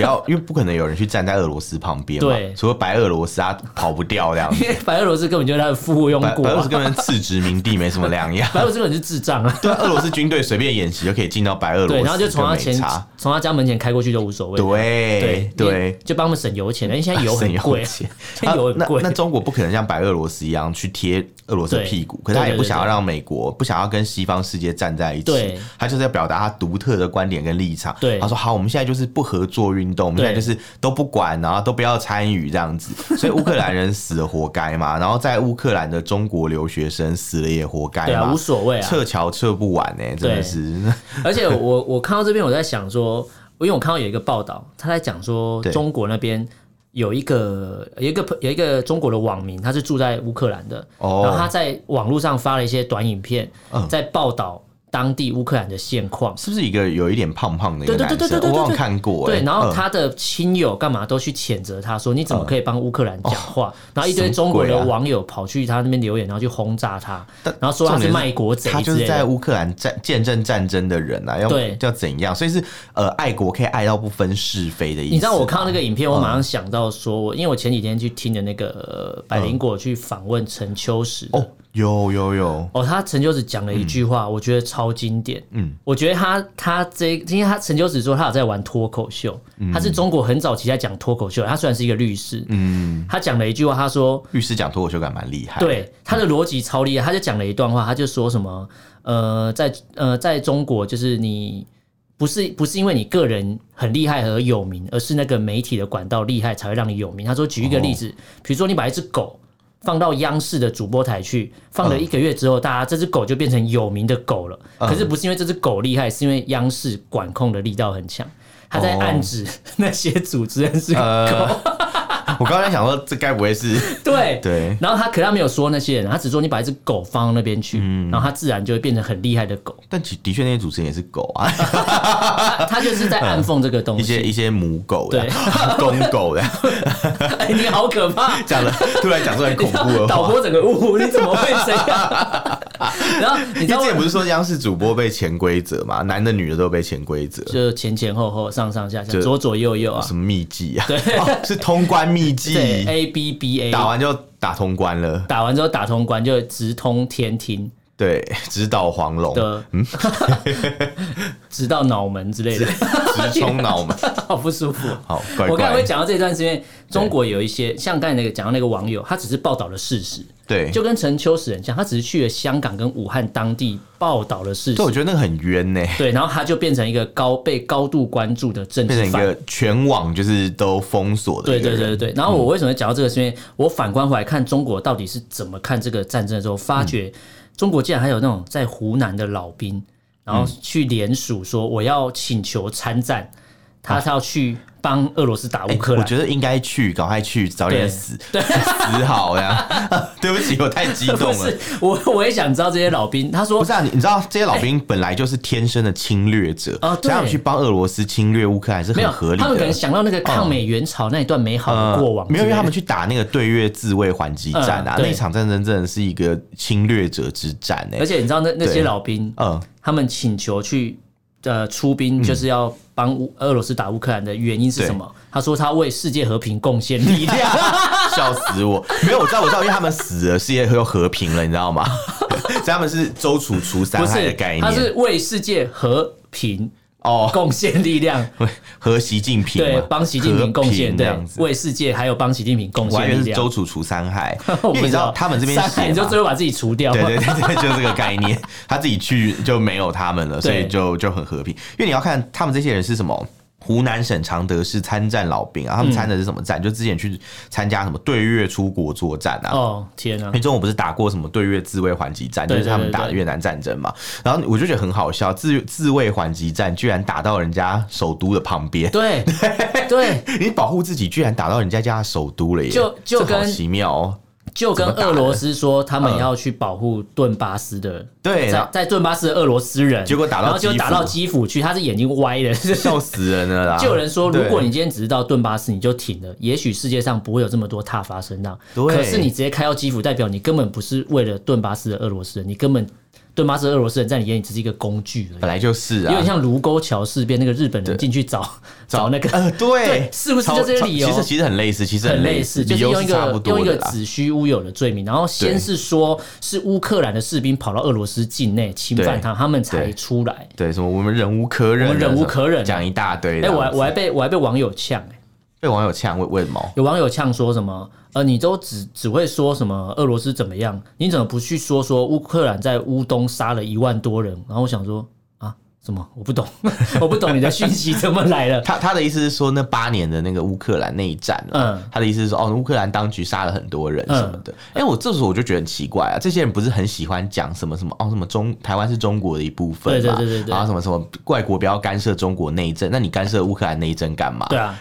Speaker 2: 要，因为不可能有人去站在俄罗斯旁边嘛
Speaker 1: 对，
Speaker 2: 除了白俄罗斯，他跑不掉这样 子
Speaker 1: 因。为白俄罗斯根本就是他的附庸
Speaker 2: 白
Speaker 1: 国、
Speaker 2: 白俄罗
Speaker 1: 啊
Speaker 2: 斯，跟人次殖民地没什么两
Speaker 1: ，
Speaker 2: 样
Speaker 1: 白俄罗斯根本是智障啊。
Speaker 2: 对啊，俄罗斯军队随便演习就可以进到白俄罗斯，
Speaker 1: 对，然后就从他
Speaker 2: 根
Speaker 1: 前
Speaker 2: 本没差
Speaker 1: 从他家门前开过去就无所谓。
Speaker 2: 对
Speaker 1: 对
Speaker 2: 对，，
Speaker 1: 就帮他们省油钱，因为哎 现在油很
Speaker 2: 省油
Speaker 1: 贵，
Speaker 2: 钱啊
Speaker 1: 现在油很
Speaker 2: 那
Speaker 1: 贵
Speaker 2: 那。中国不可能像白俄罗斯一样去贴俄罗斯的屁股，可
Speaker 1: 对
Speaker 2: 是他也
Speaker 1: 对对
Speaker 2: 不想要
Speaker 1: 对
Speaker 2: 让美国，不想要跟西方世界站在一
Speaker 1: 对
Speaker 2: 起，他就是要表达他独特的观点跟立场。
Speaker 1: 对
Speaker 2: 他说好，我们现在就是不合作运动，我们
Speaker 1: 对
Speaker 2: 现在就是都不管，然后都不要参与这样 子。所以乌克兰人死了活该嘛，然后在乌克兰的中国留学生死了也活该
Speaker 1: 对啊，
Speaker 2: 嘛
Speaker 1: 无，所谓啊。
Speaker 2: 撤侨撤不完呢，真的是
Speaker 1: 而且我我看到这边，我在想说，因为我看到有一个报道，他在讲说
Speaker 2: 对
Speaker 1: 中国那边。有一个有一个朋有一个中国的网民，他是住在乌克兰的，
Speaker 2: 哦嗯
Speaker 1: 然后他在网络上发了一些短影片，在报道当地乌克兰的现况。
Speaker 2: 是不是一个有一点胖胖的一个
Speaker 1: 对对
Speaker 2: 男
Speaker 1: 对对
Speaker 2: 生
Speaker 1: 对？对
Speaker 2: 我忘
Speaker 1: 对
Speaker 2: 看过欸，
Speaker 1: 对，然后
Speaker 2: 嗯
Speaker 1: 他的亲友干嘛都去谴责他说：“你怎么可以帮乌克兰讲话？”然后一堆中国
Speaker 2: 嗯什么
Speaker 1: 的
Speaker 2: 鬼啊
Speaker 1: 网友跑去他那边留言，然后去轰炸他，
Speaker 2: 但
Speaker 1: 然后说他
Speaker 2: 重
Speaker 1: 是
Speaker 2: 点
Speaker 1: 卖国贼
Speaker 2: 他
Speaker 1: 之
Speaker 2: 就是
Speaker 1: 类
Speaker 2: 在
Speaker 1: 的。
Speaker 2: 乌克兰战见证战争的人啊，要
Speaker 1: 对
Speaker 2: 要怎样？所以是呃，爱国可以爱到不分是非的意思。嗯
Speaker 1: 你知道我看到那个影片，我马上想到说，我因为我前几天去听的那个呃百灵果去访问陈秋实的
Speaker 2: 哦，有有有，
Speaker 1: 哦，他陈秋实讲了一句话，我觉得超经典。嗯
Speaker 2: 嗯，
Speaker 1: 我觉得他他这，因为他陈秋实说他有在玩脱口秀，他
Speaker 2: 嗯
Speaker 1: 是中国很早期在讲脱口秀，他虽然是一个律师，嗯，他讲了一句话，他说
Speaker 2: 律师讲脱口秀感蛮厉害。，
Speaker 1: 对，他的逻辑超厉害，他就讲了一段话，他就说什么呃，在呃，在中国就是你不是不是因为你个人很厉害而有名，而是那个媒体的管道厉害才会让你有名。他说，举一个例子，比如说你把一只狗。放到央视的主播台去，放了一个月之后，大家这只狗就变成有名的狗了。可是不是因为这只狗厉害，是因为央视管控的力道很强。他在暗指 那些组织人是、
Speaker 2: 呃， 我刚才想说，这该不会是
Speaker 1: 对
Speaker 2: 对
Speaker 1: 然后他可他没有说那些人，他只说你把一只狗放到那边去，
Speaker 2: 嗯
Speaker 1: 然后它自然就会变成很厉害的狗。
Speaker 2: 但其的确，那些主持人也是狗啊，
Speaker 1: 他他就是在暗讽这个东
Speaker 2: 一些
Speaker 1: 西。
Speaker 2: 一些母狗的
Speaker 1: 对、
Speaker 2: 公狗的，
Speaker 1: 哎，你好可 怕！
Speaker 2: 讲的突然讲出很恐怖的
Speaker 1: 导
Speaker 2: 话。
Speaker 1: 播整个呜，你怎么会这样？ 然后你
Speaker 2: 你
Speaker 1: 知道
Speaker 2: 之
Speaker 1: 为
Speaker 2: 前不是说央视主播被潜规则嘛，男的女的都被潜规则，
Speaker 1: 就前前后后、上上下下、
Speaker 2: 就
Speaker 1: 左左右右啊
Speaker 2: 什，么秘籍啊？哦是通关秘
Speaker 1: 对哎
Speaker 2: 籍，
Speaker 1: ，A B B A，
Speaker 2: 打完就打通关了。
Speaker 1: 打完之后打通关就直通天庭
Speaker 2: 对， 直捣黄龙，
Speaker 1: 的， 直到脑门之类的，
Speaker 2: 直冲脑门，
Speaker 1: 好不舒服。
Speaker 2: 好怪
Speaker 1: 我刚才
Speaker 2: 怪
Speaker 1: 会。讲到这一段，是因为中国有一些像刚才那个讲到那个网友，他只是报道了事实，
Speaker 2: 对，
Speaker 1: 就跟陈秋实很像，他只是去了香港跟武汉当地报道了事
Speaker 2: 对，我
Speaker 1: 实，
Speaker 2: 觉得那个很冤呢、
Speaker 1: 对，然后他就变成一个高被高度关注的政
Speaker 2: 变
Speaker 1: 治
Speaker 2: 成一
Speaker 1: 犯。
Speaker 2: 个全网就是都封锁的
Speaker 1: 对
Speaker 2: 一
Speaker 1: 对
Speaker 2: 个人。
Speaker 1: 对对对。然后我
Speaker 2: 嗯
Speaker 1: 为什么会讲到这个？是因为我反观回来看中国到底是怎么看这个战争的时候，发觉中国竟然还有那种在湖南的老兵，然后
Speaker 2: 嗯
Speaker 1: 去联署说我要请求参战，他他要去帮俄罗斯打乌
Speaker 2: 哎
Speaker 1: 克
Speaker 2: 我
Speaker 1: 兰。
Speaker 2: 觉得应该去，赶快去，早点
Speaker 1: 对
Speaker 2: 死，死好呀！ 对不起，我太激 动
Speaker 1: 不
Speaker 2: 了
Speaker 1: 是。我，我也想知道这些老兵。他说
Speaker 2: 不是啊，你你知道这些老兵本来就是天生的侵略者，
Speaker 1: 哎哦
Speaker 2: 所
Speaker 1: 对
Speaker 2: 以他们去帮俄罗斯侵略乌克兰是
Speaker 1: 没有
Speaker 2: 很合，理
Speaker 1: 他们可能
Speaker 2: 的。呃嗯
Speaker 1: 想到那个抗美援朝那一段美好的过往之类的，
Speaker 2: 没有，因为他们去打那个对越自卫还击战啊，
Speaker 1: 嗯对
Speaker 2: 那一场战争真的是一个侵略者之战哎、
Speaker 1: 而且你知道那那些
Speaker 2: 对
Speaker 1: 老兵，
Speaker 2: 嗯，
Speaker 1: 他们请求去呃出兵，就是要帮乌俄罗斯打乌克兰的原因是什么？他说他为世界和平贡献力 量。
Speaker 2: 笑死我！没有，我知道，我知道，因为他们死了，世界又和平了，你知道吗？ 所以他们是周楚除
Speaker 1: 不
Speaker 2: 三害的
Speaker 1: 是
Speaker 2: 概，
Speaker 1: 他是
Speaker 2: 念
Speaker 1: 为世界和平
Speaker 2: 哦，
Speaker 1: 贡献力量，
Speaker 2: 和习近 平嘛
Speaker 1: 对，帮习近平贡
Speaker 2: 和
Speaker 1: 献，
Speaker 2: 平这
Speaker 1: 对
Speaker 2: 样，子。
Speaker 1: 为世界还有帮习近平贡
Speaker 2: 我还以
Speaker 1: 献
Speaker 2: 为
Speaker 1: 力
Speaker 2: 是
Speaker 1: 量，
Speaker 2: 周。楚除三害因
Speaker 1: 我
Speaker 2: 为
Speaker 1: 不
Speaker 2: 你
Speaker 1: 知
Speaker 2: 知
Speaker 1: 道
Speaker 2: 道他们这边
Speaker 1: 三害，
Speaker 2: 写
Speaker 1: 你就
Speaker 2: 嘛
Speaker 1: 最后把自己除掉。
Speaker 2: 对对对 对，就是这个概念。他自己去就没有他们了，所以
Speaker 1: 对
Speaker 2: 就就很和平。因为你要看他们这些人是什么。湖南省常德市参战老兵啊，
Speaker 1: 嗯
Speaker 2: 他们参的是什么战？就之前去参加什么对越出国作战啊，
Speaker 1: 哦天啊
Speaker 2: 因为！中国不是打过什么对越自卫还击战，就
Speaker 1: 对
Speaker 2: 是他们打的越南战争嘛。然后我就觉得很好笑，自自卫还击战居然打到人家首都的旁 边，
Speaker 1: 对对，
Speaker 2: 你保护自己居然打到人家家的首都了耶，
Speaker 1: 就就
Speaker 2: 这好
Speaker 1: 跟
Speaker 2: 奇妙哦。
Speaker 1: 就跟
Speaker 2: 怎么打
Speaker 1: 俄
Speaker 2: 的
Speaker 1: 罗斯说他们要去保护顿巴斯的，
Speaker 2: 对然
Speaker 1: 在
Speaker 2: 后
Speaker 1: 在顿巴斯的俄罗斯人，
Speaker 2: 结果打到
Speaker 1: 然后就
Speaker 2: 基辅
Speaker 1: 打到基辅去，他是眼睛歪 的。
Speaker 2: 笑死人了啦！
Speaker 1: 就有人说，
Speaker 2: 啊对
Speaker 1: 如果你今天只是到顿巴斯你就停了，也许世界上不会有这么多踏伐声浪。
Speaker 2: 对
Speaker 1: 可是你直接开到基辅，代表你根本不是为了顿巴斯的俄罗斯人，你根本顿巴斯的俄罗斯人在你眼里只是一个工具而
Speaker 2: 本
Speaker 1: 已。
Speaker 2: 来就是
Speaker 1: 有点
Speaker 2: 啊，
Speaker 1: 像卢沟桥事变，那个日本人进去找找 那个
Speaker 2: 呃，对
Speaker 1: 对，是不是就这些
Speaker 2: 超超
Speaker 1: 理由
Speaker 2: 其实其实很类似，其实
Speaker 1: 很类
Speaker 2: 类
Speaker 1: 似，就
Speaker 2: 理
Speaker 1: 是
Speaker 2: 由
Speaker 1: 用一
Speaker 2: 差不
Speaker 1: 个用
Speaker 2: 多
Speaker 1: 一
Speaker 2: 的
Speaker 1: 个
Speaker 2: 啦。
Speaker 1: 子虚乌有的罪名，然后先
Speaker 2: 对
Speaker 1: 是说是乌克兰的士兵跑到俄罗斯境内侵犯
Speaker 2: 对
Speaker 1: 他，他们才
Speaker 2: 对
Speaker 1: 出来。
Speaker 2: 对，什么我们忍无可忍
Speaker 1: 我
Speaker 2: 啊，
Speaker 1: 们忍无可忍啊
Speaker 2: 讲一大堆这
Speaker 1: 哎，
Speaker 2: 样
Speaker 1: 我
Speaker 2: 子。
Speaker 1: 还我还被我还被网友呛哎，
Speaker 2: 被网友呛，为为什么？
Speaker 1: 有网友呛说什么？呃，你都只只会说什么俄罗斯怎么样，你怎么不去说说乌克兰在乌东杀了一万多人？然后我想说啊，什么？我不懂， 我不懂你的讯息怎么来了。
Speaker 2: 他他的意思是说，那八年的那个乌克兰内战了，
Speaker 1: 嗯
Speaker 2: 他的意思是说，哦，乌克兰当局杀了很多人什么的。哎、我这时候我就觉得很奇怪啊，这些人不是很喜欢讲什么什么哦，什么中台湾是中国的一部分嘛，
Speaker 1: 对对对对对
Speaker 2: 然后什么什么外国不要干涉中国内政，那你干涉乌克兰内政干嘛？
Speaker 1: 对，啊，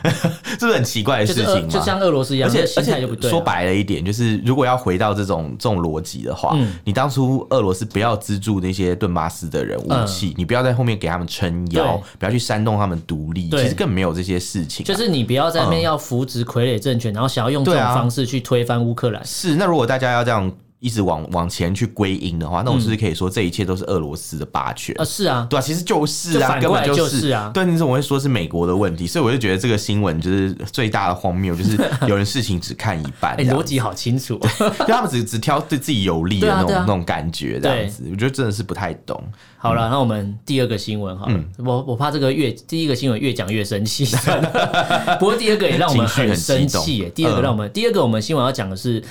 Speaker 2: 这是很奇怪的
Speaker 1: 就
Speaker 2: 事
Speaker 1: 是
Speaker 2: 情
Speaker 1: 俄
Speaker 2: 嘛。
Speaker 1: 就像俄罗斯一样，
Speaker 2: 而且
Speaker 1: 这
Speaker 2: 而
Speaker 1: 心态
Speaker 2: 且
Speaker 1: 就不对啊。
Speaker 2: 说白了一点，就是如果要回到这种这种逻辑的话，
Speaker 1: 嗯
Speaker 2: 你当初俄罗斯不要资助那些顿巴斯的人武器，你不要在后面给他们撑腰
Speaker 1: 嗯对，
Speaker 2: 不要去煽动他们独立，
Speaker 1: 对
Speaker 2: 其实根本没有这些事情啊、
Speaker 1: 就是你不要在那边要扶植傀儡政权，然后想要用这种
Speaker 2: 嗯对啊
Speaker 1: 方式去推翻乌克兰。
Speaker 2: 是，那如果大家要这样一直往往前去归因的话，那我
Speaker 1: 嗯
Speaker 2: 是不是可以说这一切都是俄罗斯的霸权？
Speaker 1: 啊，是啊，
Speaker 2: 对啊，其实就是
Speaker 1: 就
Speaker 2: 啊，
Speaker 1: 反
Speaker 2: 根
Speaker 1: 过
Speaker 2: 本
Speaker 1: 来
Speaker 2: 就
Speaker 1: 就是啊
Speaker 2: 对，你怎么会说是美国的问题？所以我就觉得这个新闻就是最大的荒谬，就是有人事情只看一半，
Speaker 1: 哎，
Speaker 2: 这样
Speaker 1: 逻辑好清楚。
Speaker 2: 就他们只只挑 对自己有利的
Speaker 1: 对啊
Speaker 2: 那种、
Speaker 1: 对啊
Speaker 2: 那种感觉，这样子，我觉得真的是不太懂。
Speaker 1: 好了，那我们第二个新闻好了，
Speaker 2: 嗯
Speaker 1: 我我怕这个越第一个新闻越讲越生 气，算了不过第二个也让我们
Speaker 2: 情绪很
Speaker 1: 生
Speaker 2: 激动嗯
Speaker 1: 气耶。第二个让我们第二个我们新闻要讲的是，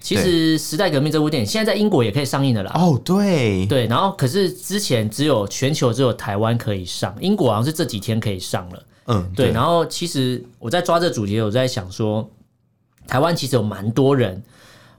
Speaker 1: 其实《时代革命》这部电影现在在英国也可以上映的啦。
Speaker 2: 哦，对，
Speaker 1: 对，然后可是之前只有全球只有台湾可以上，英国好像是这几天可以上了。
Speaker 2: 嗯，
Speaker 1: 对，
Speaker 2: 对，
Speaker 1: 然后其实我在抓这主题，我在想说，台湾其实有蛮多人，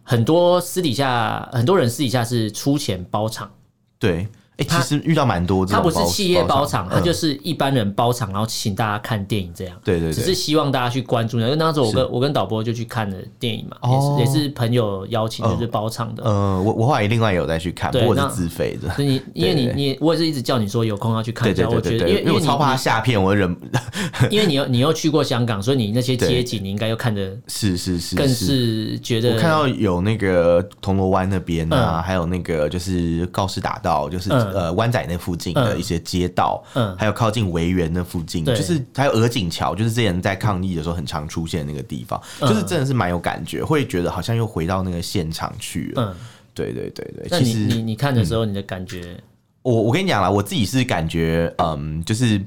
Speaker 1: 很多私底下很多人私底下是出钱包场，
Speaker 2: 对。哎，其实遇到蛮多这
Speaker 1: 他
Speaker 2: 种
Speaker 1: 不
Speaker 2: 包，
Speaker 1: 是企业包
Speaker 2: 场嗯
Speaker 1: 场，，他就是是一般人包场，然后请大家看电影这样。
Speaker 2: 对对
Speaker 1: 只是
Speaker 2: 对，
Speaker 1: 希望大家去关注。因为那时候我跟我跟导播就去看了电影嘛，
Speaker 2: 哦
Speaker 1: 也是也是朋友邀请，
Speaker 2: 嗯
Speaker 1: 就是包场的。
Speaker 2: 呃，我我后来另外也有再去看，
Speaker 1: 对
Speaker 2: 不过我
Speaker 1: 那
Speaker 2: 是自费的。
Speaker 1: 所以你因为你
Speaker 2: 对对对
Speaker 1: 你我也是一直叫你说有空要去看
Speaker 2: 对
Speaker 1: 一
Speaker 2: 对
Speaker 1: 下，
Speaker 2: 对
Speaker 1: 我
Speaker 2: 对
Speaker 1: 觉得
Speaker 2: 对，
Speaker 1: 因为
Speaker 2: 因为我
Speaker 1: 你
Speaker 2: 超怕他下片，我忍
Speaker 1: 因为你有你又去过香港，所以你那些街景你应该又看得
Speaker 2: 是是是
Speaker 1: 更
Speaker 2: 是。
Speaker 1: 是觉
Speaker 2: 我
Speaker 1: 得
Speaker 2: 看到有那个铜锣湾那边啊，
Speaker 1: 嗯
Speaker 2: 还有那个就是告士打道，就是、
Speaker 1: 嗯
Speaker 2: 呃湾仔那附近的一些街道，
Speaker 1: 嗯
Speaker 2: 还有靠近维园那附近，
Speaker 1: 对
Speaker 2: 就是还有鹅颈桥，就是之前在抗议的时候很常出现的那个地方，
Speaker 1: 嗯
Speaker 2: 就是真的是蛮有感觉，会觉得好像又回到那个现场去了。
Speaker 1: 嗯，
Speaker 2: 对对对对，
Speaker 1: 那
Speaker 2: 其
Speaker 1: 你
Speaker 2: 实嗯
Speaker 1: 你你看的时候你的感觉，
Speaker 2: 我我跟你讲啦，我自己是感觉，嗯，就是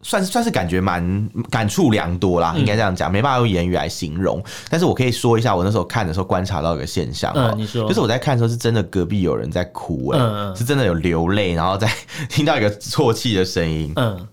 Speaker 2: 算是算是感觉蛮感触良多
Speaker 1: 嗯
Speaker 2: 啦，应该这样讲，没办法用言语来形容。但是我可以说一下，我那时候看的时候观察到一个现象、哦，
Speaker 1: 嗯你说
Speaker 2: 就是我在看的时候是真的隔壁有人在哭、欸，
Speaker 1: 嗯嗯
Speaker 2: 是真的有流泪，然后再 听到一个啜泣的声音，
Speaker 1: 嗯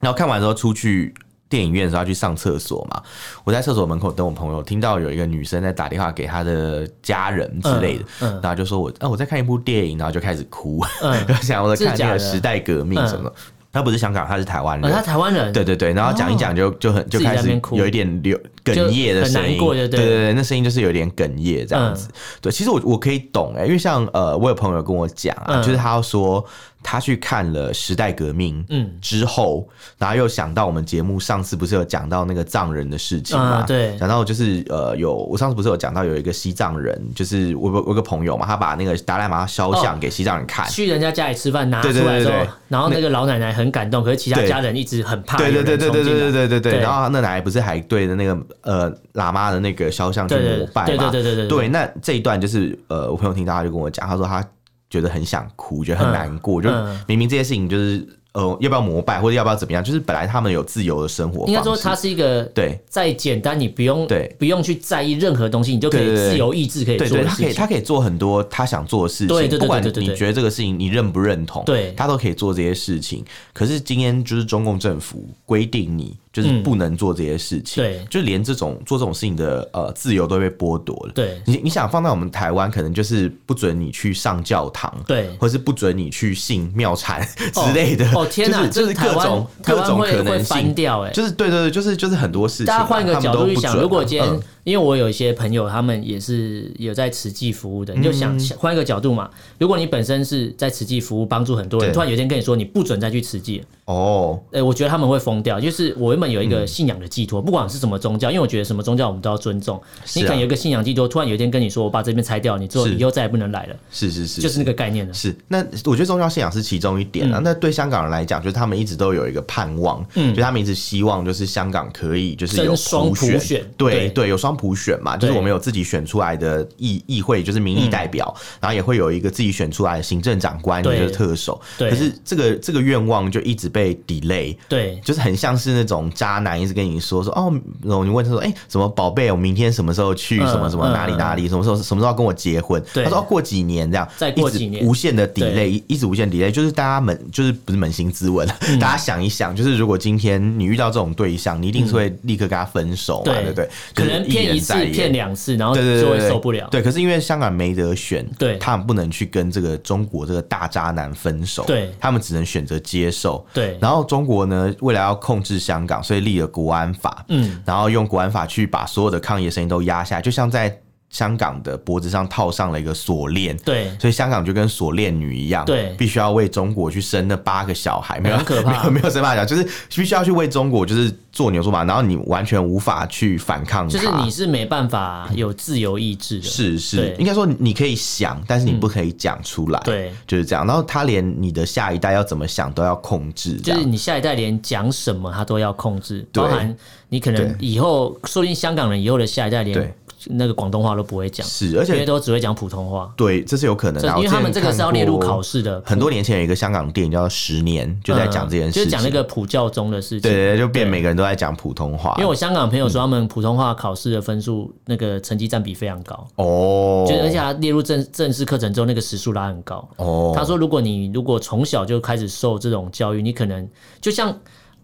Speaker 2: 然后看完之后出去。电影院的时候要去上厕所嘛，我在厕所门口等我朋友，听到有一个女生在打电话给她的家人之类的，
Speaker 1: 嗯嗯
Speaker 2: 然后就说我啊我在看一部电影，然后就开始哭，
Speaker 1: 嗯，
Speaker 2: 就 想我在看
Speaker 1: 真
Speaker 2: 那
Speaker 1: 的假嗯
Speaker 2: 个
Speaker 1: 的
Speaker 2: 时代革命什么的。他不是香港，他是台湾
Speaker 1: 呃
Speaker 2: 人。
Speaker 1: 他台湾人，哦
Speaker 2: 对对对，然后讲一讲就就很就
Speaker 1: 自己在
Speaker 2: 开
Speaker 1: 那
Speaker 2: 始
Speaker 1: 边哭
Speaker 2: 有一点流哽咽的声
Speaker 1: 很
Speaker 2: 音，
Speaker 1: 难过
Speaker 2: 对
Speaker 1: 就
Speaker 2: 对
Speaker 1: 对了嗯
Speaker 2: 对，那声音就是有点哽咽这样子。对，其实我我可以懂哎、因为像呃，我有朋友跟我讲啊，
Speaker 1: 嗯
Speaker 2: 就是他说他去看了《时代革命》
Speaker 1: 嗯
Speaker 2: 之后，然后又想到我们节目上次不是有讲到那个藏人的事情嘛？
Speaker 1: 啊对
Speaker 2: 讲到就是呃，有我上次不是有讲到有一个西藏人，就是我我有个朋友嘛，他把那个达赖喇嘛肖
Speaker 1: 哦
Speaker 2: 像给西藏人看，
Speaker 1: 去人家家里吃饭拿出
Speaker 2: 对对
Speaker 1: 来
Speaker 2: 对
Speaker 1: 之后
Speaker 2: 对对，
Speaker 1: 然后那个老奶奶很感动，可是其他
Speaker 2: 对
Speaker 1: 家人一直很怕有
Speaker 2: 对对
Speaker 1: 人
Speaker 2: 对
Speaker 1: 冲
Speaker 2: 对对
Speaker 1: 进
Speaker 2: 对对
Speaker 1: 来，
Speaker 2: 对对对。
Speaker 1: 对
Speaker 2: 然后那奶奶不是还对着那个呃喇嘛的那个肖像去
Speaker 1: 对对
Speaker 2: 膜拜
Speaker 1: 对
Speaker 2: 嘛？
Speaker 1: 对对对对对
Speaker 2: 对，那这一段就是呃，我朋友听到他就跟我讲，他说他觉得很想哭，觉得很难过，就
Speaker 1: 嗯
Speaker 2: 明明这些事情就是呃要不要膜拜或者要不要怎么样，就是本来他们有自由的生活方式，
Speaker 1: 应该说他是一个
Speaker 2: 对。
Speaker 1: 再简单，你不用
Speaker 2: 对
Speaker 1: 不用去在意任何东西，你就可
Speaker 2: 对
Speaker 1: 以
Speaker 2: 对对
Speaker 1: 自由意志可以
Speaker 2: 对
Speaker 1: 做
Speaker 2: 对，
Speaker 1: 的
Speaker 2: 他
Speaker 1: 事
Speaker 2: 可以，
Speaker 1: 情。
Speaker 2: 他可以做很多他想做的事情，
Speaker 1: 对对对
Speaker 2: 不管
Speaker 1: 对对对
Speaker 2: 你
Speaker 1: 对
Speaker 2: 觉得这个事情你认不认同，
Speaker 1: 对
Speaker 2: 他都可以做这些事情。可是今天就是中共政府规定你就是
Speaker 1: 嗯
Speaker 2: 不能做这些事情，
Speaker 1: 对
Speaker 2: 就连这种做这种事情的呃自由都被剥夺了。
Speaker 1: 对
Speaker 2: 你你想放在我们台湾，可能就是不准你去上教堂，
Speaker 1: 对
Speaker 2: 或是不准你去信庙产
Speaker 1: 哦
Speaker 2: 之类的。
Speaker 1: 哦天哪，
Speaker 2: 就是就
Speaker 1: 这
Speaker 2: 是
Speaker 1: 台
Speaker 2: 各
Speaker 1: 湾
Speaker 2: 种
Speaker 1: 台
Speaker 2: 各
Speaker 1: 湾
Speaker 2: 种
Speaker 1: 会
Speaker 2: 可
Speaker 1: 会
Speaker 2: 能
Speaker 1: 翻
Speaker 2: 性，
Speaker 1: 掉哎。
Speaker 2: 就是对对对，就是就是很多事情啊。
Speaker 1: 大家换一个
Speaker 2: 他们
Speaker 1: 角
Speaker 2: 都
Speaker 1: 度去
Speaker 2: 不
Speaker 1: 想，
Speaker 2: 准
Speaker 1: 如果
Speaker 2: 啊
Speaker 1: 今天
Speaker 2: 嗯，
Speaker 1: 因为我有一些朋友，他们也是有在慈济服务的，
Speaker 2: 嗯
Speaker 1: 你就想换一个角度嘛。如果你本身是在慈济服务，帮助很多人，
Speaker 2: 对
Speaker 1: 突然有一天跟你说你不准再去慈济了，
Speaker 2: 哦，
Speaker 1: 呃，我觉得他们会疯掉。就是我原本有一
Speaker 2: 嗯
Speaker 1: 个信仰的寄托，不管是什么宗教，因为我觉得什么宗教我们都要尊重。
Speaker 2: 是
Speaker 1: 你可能
Speaker 2: 啊
Speaker 1: 有一个信仰寄托，突然有一天跟你说我把这边拆掉，你之后
Speaker 2: 是
Speaker 1: 你以后再也不能来了，
Speaker 2: 是是是，
Speaker 1: 就是那个概念了。
Speaker 2: 是，那我觉得宗教信仰是其中一点啊。
Speaker 1: 嗯
Speaker 2: 那对香港人来讲，就是他们一直都有一个盼望，嗯，就他们一直希望就是香港可以就是有
Speaker 1: 真双普
Speaker 2: 选，
Speaker 1: 选
Speaker 2: 对
Speaker 1: 对
Speaker 2: 对，有双普选嘛，就是
Speaker 1: 对嗯
Speaker 2: 我们有自己选出来的议议会，就是民意代表，然后也会有一个自己选出来的行政长官，就
Speaker 1: 对
Speaker 2: 是特首。
Speaker 1: 对
Speaker 2: 可是这个这个愿望就一直被 delay，
Speaker 1: 对，
Speaker 2: 就是很像是那种渣男一直跟你说说哦，然后你问他说，哎、什么宝贝，我明天什么时候去
Speaker 1: 嗯
Speaker 2: 什么什么
Speaker 1: 嗯
Speaker 2: 哪里哪里，什么时候什么时候要跟我结婚？
Speaker 1: 对
Speaker 2: 他说、哦、过几年这样，
Speaker 1: 再过几年
Speaker 2: 一直无限的 delay，
Speaker 1: 对嗯
Speaker 2: 一一直无限 delay，就是大家扪就是不是扪心自问，大家想一想，就是如果今天你遇到这种对象，你一定是会立刻跟他分手嘛，
Speaker 1: 嗯对
Speaker 2: 对不对？
Speaker 1: 可
Speaker 2: 就是
Speaker 1: 能骗
Speaker 2: 一
Speaker 1: 一
Speaker 2: 言
Speaker 1: 次
Speaker 2: 再言、
Speaker 1: 骗两次，然后
Speaker 2: 对对
Speaker 1: 就
Speaker 2: 对
Speaker 1: 会
Speaker 2: 对，
Speaker 1: 受不了。
Speaker 2: 对，可是因为香港没得选，
Speaker 1: 对
Speaker 2: 他们不能去跟这个中国这个大渣男分手，
Speaker 1: 对
Speaker 2: 他们只能选择接受。
Speaker 1: 对
Speaker 2: 然后中国呢，为了要控制香港，所以立了国安法，
Speaker 1: 嗯，
Speaker 2: 然后用国安法去把所有的抗议的声音都压下来，就像在香港的脖子上套上了一个锁链。
Speaker 1: 对，
Speaker 2: 所以香港就跟锁链女一样，
Speaker 1: 对
Speaker 2: 必须要为中国去生那八个小孩，没有
Speaker 1: 很可怕
Speaker 2: 没有没有生八个小孩，就是必须要去为中国就是做牛做马，然后你完全无法去反抗它，
Speaker 1: 就是你是没办法有自由意志的。
Speaker 2: 嗯是是
Speaker 1: 对，
Speaker 2: 应该说你可以想，但是你不可以讲出来，
Speaker 1: 对，
Speaker 2: 就是这样。然后他连你的下一代要怎么想都要控制，这
Speaker 1: 就是
Speaker 2: 样。
Speaker 1: 你下一代连讲什么他都要控制，
Speaker 2: 对
Speaker 1: 包含你可能以后，说不定香港人以后的下一代
Speaker 2: 对
Speaker 1: 连那个广东话都不会讲，
Speaker 2: 是，而
Speaker 1: 因为
Speaker 2: 且
Speaker 1: 都只会讲普通话。
Speaker 2: 对，这是有可能
Speaker 1: 这
Speaker 2: 的啊。
Speaker 1: 因为他们这个是要列入考
Speaker 2: 试。
Speaker 1: 试的，
Speaker 2: 很多年前有一个香港电影叫《十年》，就在讲这
Speaker 1: 嗯
Speaker 2: 件事
Speaker 1: 就
Speaker 2: 情，
Speaker 1: 是讲那个普教中的事情。
Speaker 2: 对对，对就变
Speaker 1: 对
Speaker 2: 每个人都在讲普通话。哦
Speaker 1: 因为我香港朋友说，他们普通话考试的分数那个成绩占比非常高，
Speaker 2: 哦，
Speaker 1: 就是而且他列入正正式课程之后，那个时数拉很高。
Speaker 2: 哦，
Speaker 1: 他说，如果你如果从小就开始受这种教育，你可能就像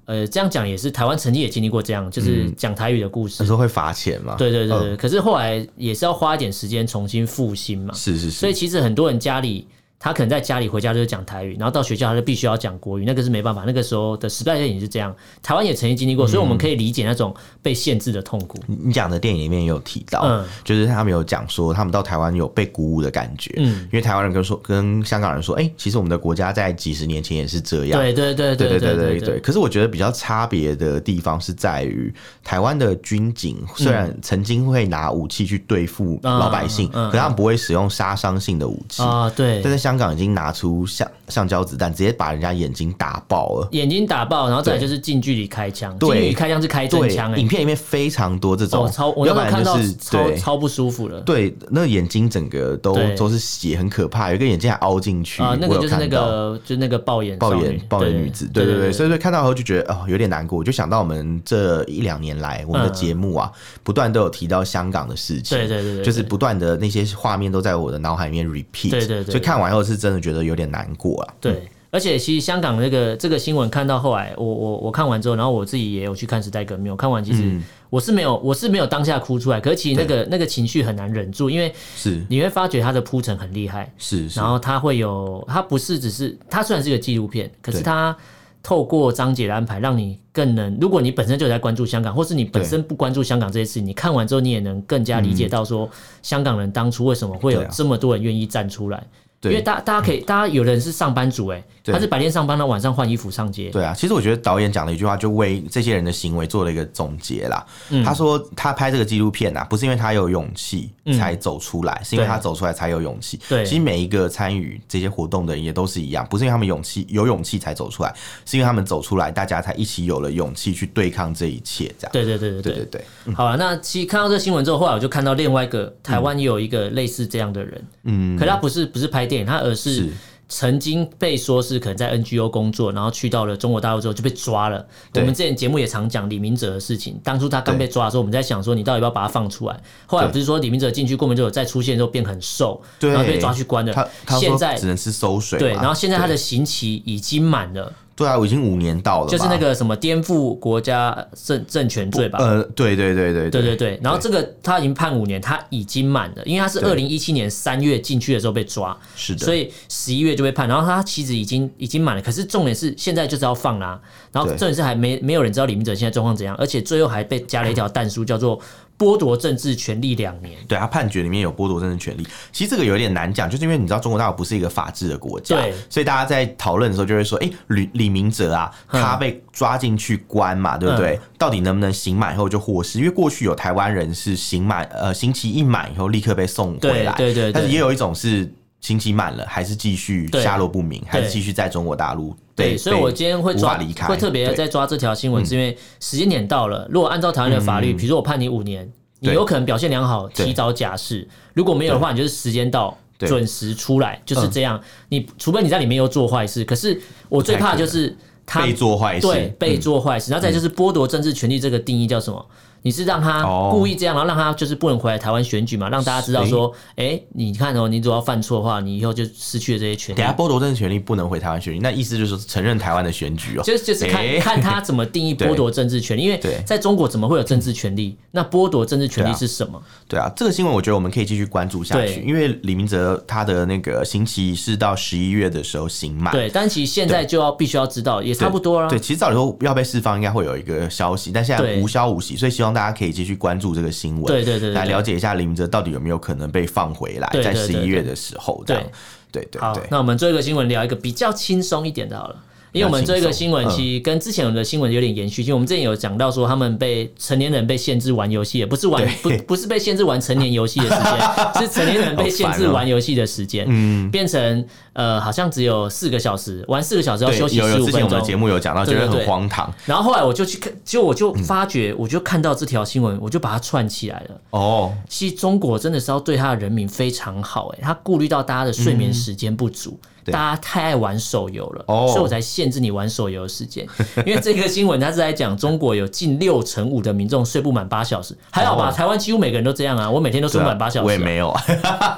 Speaker 1: 呃这样讲也是，台湾曾经也经历过这样，就是讲台语的故事
Speaker 2: 你。说会罚钱吗？
Speaker 1: 对对对
Speaker 2: 嗯
Speaker 1: 对，可是后来也是要花一点时间重新复兴嘛。
Speaker 2: 是是
Speaker 1: 所以
Speaker 2: 是，
Speaker 1: 其实很多人家里他可能在家里回家就是讲台语，然后到学校他就必须要讲国语，那个是没办法，那个时候的时代背景是这样。台湾也曾经经历
Speaker 2: 嗯
Speaker 1: 过，所以我们可以理解那种被限制的痛苦。
Speaker 2: 你你讲的电影里面也有提到，
Speaker 1: 嗯
Speaker 2: 就是他们有讲说他们到台湾有被鼓舞的感觉，
Speaker 1: 嗯
Speaker 2: 因为台湾人跟说跟香港人说，哎、其实我们的国家在几十年前也是这样。
Speaker 1: 对对对
Speaker 2: 对
Speaker 1: 对
Speaker 2: 对
Speaker 1: 对
Speaker 2: 对对，可是我觉得比较差别的地方是在于，台湾的军警虽然曾经会拿武器去对付老百姓，
Speaker 1: 嗯嗯嗯嗯
Speaker 2: 可他们不会使用杀伤性的武器。
Speaker 1: 啊，对
Speaker 2: 但。在香港已经拿出橡橡胶子弹，直接把人家眼睛打爆了。
Speaker 1: 眼睛打爆，然后再来就是近距离开枪，近
Speaker 2: 对
Speaker 1: 距离开枪是开真
Speaker 2: 对
Speaker 1: 枪，哎、
Speaker 2: 影片里面非常多这种，
Speaker 1: 哦，超我那时
Speaker 2: 要不
Speaker 1: 候看
Speaker 2: 然
Speaker 1: 到
Speaker 2: 就是
Speaker 1: 超
Speaker 2: 对
Speaker 1: 超不舒服了。
Speaker 2: 对，那眼睛整个都
Speaker 1: 对
Speaker 2: 都是血，很可怕，有一个眼睛还凹进去。
Speaker 1: 啊、那个
Speaker 2: 我
Speaker 1: 就是
Speaker 2: 有看
Speaker 1: 那
Speaker 2: 到
Speaker 1: 个，就是那个暴眼
Speaker 2: 暴
Speaker 1: 少
Speaker 2: 眼
Speaker 1: 女
Speaker 2: 暴眼女子，对对对，所
Speaker 1: 以
Speaker 2: 以说看到后就觉得哦有点难过，我就想到我们这一两年来我们的节目啊，不断都有提到香港的事情，
Speaker 1: 嗯对对对对
Speaker 2: 就是不断的那些画面都在我的脑海里面 repeat，
Speaker 1: 对对对对
Speaker 2: 所以看完后是真的觉得有点难过啊。
Speaker 1: 对。而且其实香港那个这个新闻看到后来，我我我看完之后，然后我自己也有去看《时代革命》，我看完其
Speaker 2: 嗯
Speaker 1: 实我是没有我是没有当下哭出来，可是其实那个那个情绪很难忍住，因为
Speaker 2: 是
Speaker 1: 你会发觉它的铺陈很厉害，
Speaker 2: 是是
Speaker 1: 然，后它会有它不是只是它虽然是个纪录片，可是
Speaker 2: 对
Speaker 1: 它透过章节的安排，让你更能，如果你本身就有在关注香港，或是你本身不关注香港这些事情，你看完之后你也能更加理解到说，香港人当初为什么会有
Speaker 2: 嗯对啊
Speaker 1: 这么多人愿意站出来。因
Speaker 2: 对
Speaker 1: 为大大家可以，大家有的人是上班族、欸，
Speaker 2: 对
Speaker 1: 他是白天上班，然后晚上换衣服上街，
Speaker 2: 对啊，其实我觉得导演讲了一句话，就为这些人的行为做了一个总结啦。
Speaker 1: 嗯
Speaker 2: 他说他拍这个纪录片啊，不是因为他有勇气才走出来，是因为
Speaker 1: 对
Speaker 2: 他走出来才有勇气。
Speaker 1: 嗯对
Speaker 2: 其实每一个参与这些活动的人也都是一样，不是因为他们勇气有勇气才走出来，是因为他们走出来，大家才一起有了勇气去对抗这一切。这样，
Speaker 1: 对对对对
Speaker 2: 对
Speaker 1: 对
Speaker 2: 对嗯对，
Speaker 1: 好了，那其实看到这新闻之后，后来我就看到另外一个台湾也有一个类似这样的人，嗯，可他不是不是拍电影，他而是
Speaker 2: 是
Speaker 1: 曾经被说是可能在 NGO 工作，然后去到了中国大陆之后就被抓了。我
Speaker 2: 对
Speaker 1: 们之前节目也常讲李明哲的事情，当初他刚被
Speaker 2: 对
Speaker 1: 抓的时候，我们在想说你到底要不要把他放出来？后来
Speaker 2: 对
Speaker 1: 不是说李明哲进去过没多久再出现之后变很瘦，
Speaker 2: 对
Speaker 1: 然后被抓去关
Speaker 2: 他
Speaker 1: 了。
Speaker 2: 他
Speaker 1: 现
Speaker 2: 说
Speaker 1: 在
Speaker 2: 只能吃馊水嘛。
Speaker 1: 对，然后现在他的
Speaker 2: 对
Speaker 1: 刑期已经满了，
Speaker 2: 对啊，我已经五年到了吧，
Speaker 1: 就是那个什么颠覆国家政政权罪吧？
Speaker 2: 呃，对对对对
Speaker 1: 对对对，然后这个他已经判五年，他已经满了，因为他是二
Speaker 2: 对
Speaker 1: 零一七年三月进去的时候被抓，
Speaker 2: 是的，
Speaker 1: 所以十一月就被判，然后他其实已经已经满了，可是重点是现在就是要放啦、然后
Speaker 2: 对
Speaker 1: 重点是还没没有人知道李明哲现在状况怎样，而且最后还被加了一条弹书，叫做剥夺政治权利两年。
Speaker 2: 对他判决里面有剥夺政治权利，其实这个有点难讲，就是因为你知道中国大陆不是一个法治的国家
Speaker 1: 对，
Speaker 2: 所以大家在讨论的时候就会说，哎、李李明哲啊，
Speaker 1: 嗯
Speaker 2: 他被抓进去关嘛，对不对？到底能不能刑满以后就获释？因为过去有台湾人是刑满，呃，刑期一满以后立刻被送回来，
Speaker 1: 对对对对
Speaker 2: 但是也有一种是刑期满了还是继续
Speaker 1: 对
Speaker 2: 下落不明，还是
Speaker 1: 对
Speaker 2: 继续在中国大陆被。
Speaker 1: 对，所以我
Speaker 2: 被
Speaker 1: 今天会
Speaker 2: 无法
Speaker 1: 抓
Speaker 2: 离开，
Speaker 1: 会特别
Speaker 2: 对嗯
Speaker 1: 在抓这条新闻，是因为时间点到了。如果按照台湾的法律，比如说我判你五年，你
Speaker 2: 对
Speaker 1: 有可能表现良好，
Speaker 2: 对
Speaker 1: 提早假释；如果没有的话，你就是时间到。
Speaker 2: 对
Speaker 1: 准时出来就是这样，你除非你在里面又做坏事，可是我最怕的就是他
Speaker 2: 被做坏事，
Speaker 1: 对被
Speaker 2: 嗯
Speaker 1: 做坏事，然后再就是剥夺政治权利这个定义叫什么？你是让他
Speaker 2: 哦
Speaker 1: 故意这样，然后让他就是不能回来台湾选举嘛，让大家知道说，哎，你看哦，你只要犯错的话，你以后就失去了这些权利
Speaker 2: 等。下剥夺政治权利不能回台湾选举，那意思就是承认台湾的选举哦，
Speaker 1: 就是就是看、
Speaker 2: 诶
Speaker 1: 看他怎么定 义剥夺政治权利，因为
Speaker 2: 对
Speaker 1: 在中国怎么会有政治权利？那剥夺政治权利
Speaker 2: 对啊
Speaker 1: 是什么？
Speaker 2: 对啊，这个新闻我觉得我们可以继续关注下去，
Speaker 1: 对
Speaker 2: 因为李明哲他的那个刑期是到十一月的时候刑满。
Speaker 1: 对，但其实现在就要必须要知道，也
Speaker 2: 啊对。
Speaker 1: 差不多啦。啊
Speaker 2: 对，其实照理说要被释放，应该会有一个消息，但现在
Speaker 1: 对
Speaker 2: 无消无息，所以希望大家可以继续关注这个新闻，
Speaker 1: 对对对对对
Speaker 2: 来了解一下李明哲到底有没有可能被放回来，
Speaker 1: 对对
Speaker 2: 在
Speaker 1: 对
Speaker 2: 十一月的时候这样。对对
Speaker 1: 好
Speaker 2: 对，，
Speaker 1: 那我们做一个新闻，聊一个比较轻松一点的好了。因为我们做一个新闻，
Speaker 2: 比较轻松嗯
Speaker 1: 其实跟之前有的新闻有点延续。因为我们之前有讲到说，他们被成年人被限制玩游戏，也不是玩不不是被限制玩成年游戏的时间， 是成年人被限制玩游戏的时间，
Speaker 2: 哦
Speaker 1: 嗯，变成呃好像只有四个小时，玩四个小时要
Speaker 2: 对
Speaker 1: 休息
Speaker 2: 有
Speaker 1: 十
Speaker 2: 有
Speaker 1: 五
Speaker 2: 之前
Speaker 1: 分
Speaker 2: 我们
Speaker 1: 钟
Speaker 2: 的。节目有讲到，
Speaker 1: 对
Speaker 2: 觉
Speaker 1: 对
Speaker 2: 得
Speaker 1: 对
Speaker 2: 很荒唐
Speaker 1: 然后后来我就去看，结果我就发觉，我就看到这条新闻，我就把它串起来了。
Speaker 2: 哦。
Speaker 1: 其实中国真的是要对他的人民非常好、欸，他顾虑到大家的睡眠时间不足。
Speaker 2: 嗯对
Speaker 1: 大家太爱玩手游了
Speaker 2: 哦
Speaker 1: 所以我才限制你玩手游的时间。 因为这个新闻，它是在讲中国有近六成五的民众睡不满八小时，还好吧？
Speaker 2: 哦
Speaker 1: 台湾几乎每个人都这样啊，我每天都睡
Speaker 2: 对
Speaker 1: 不
Speaker 2: 啊
Speaker 1: 满八小时、
Speaker 2: 我也没有啊，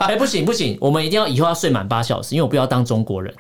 Speaker 1: 哎、不行不行，我们一定要以后要睡满八小时，因为我不要当中国人。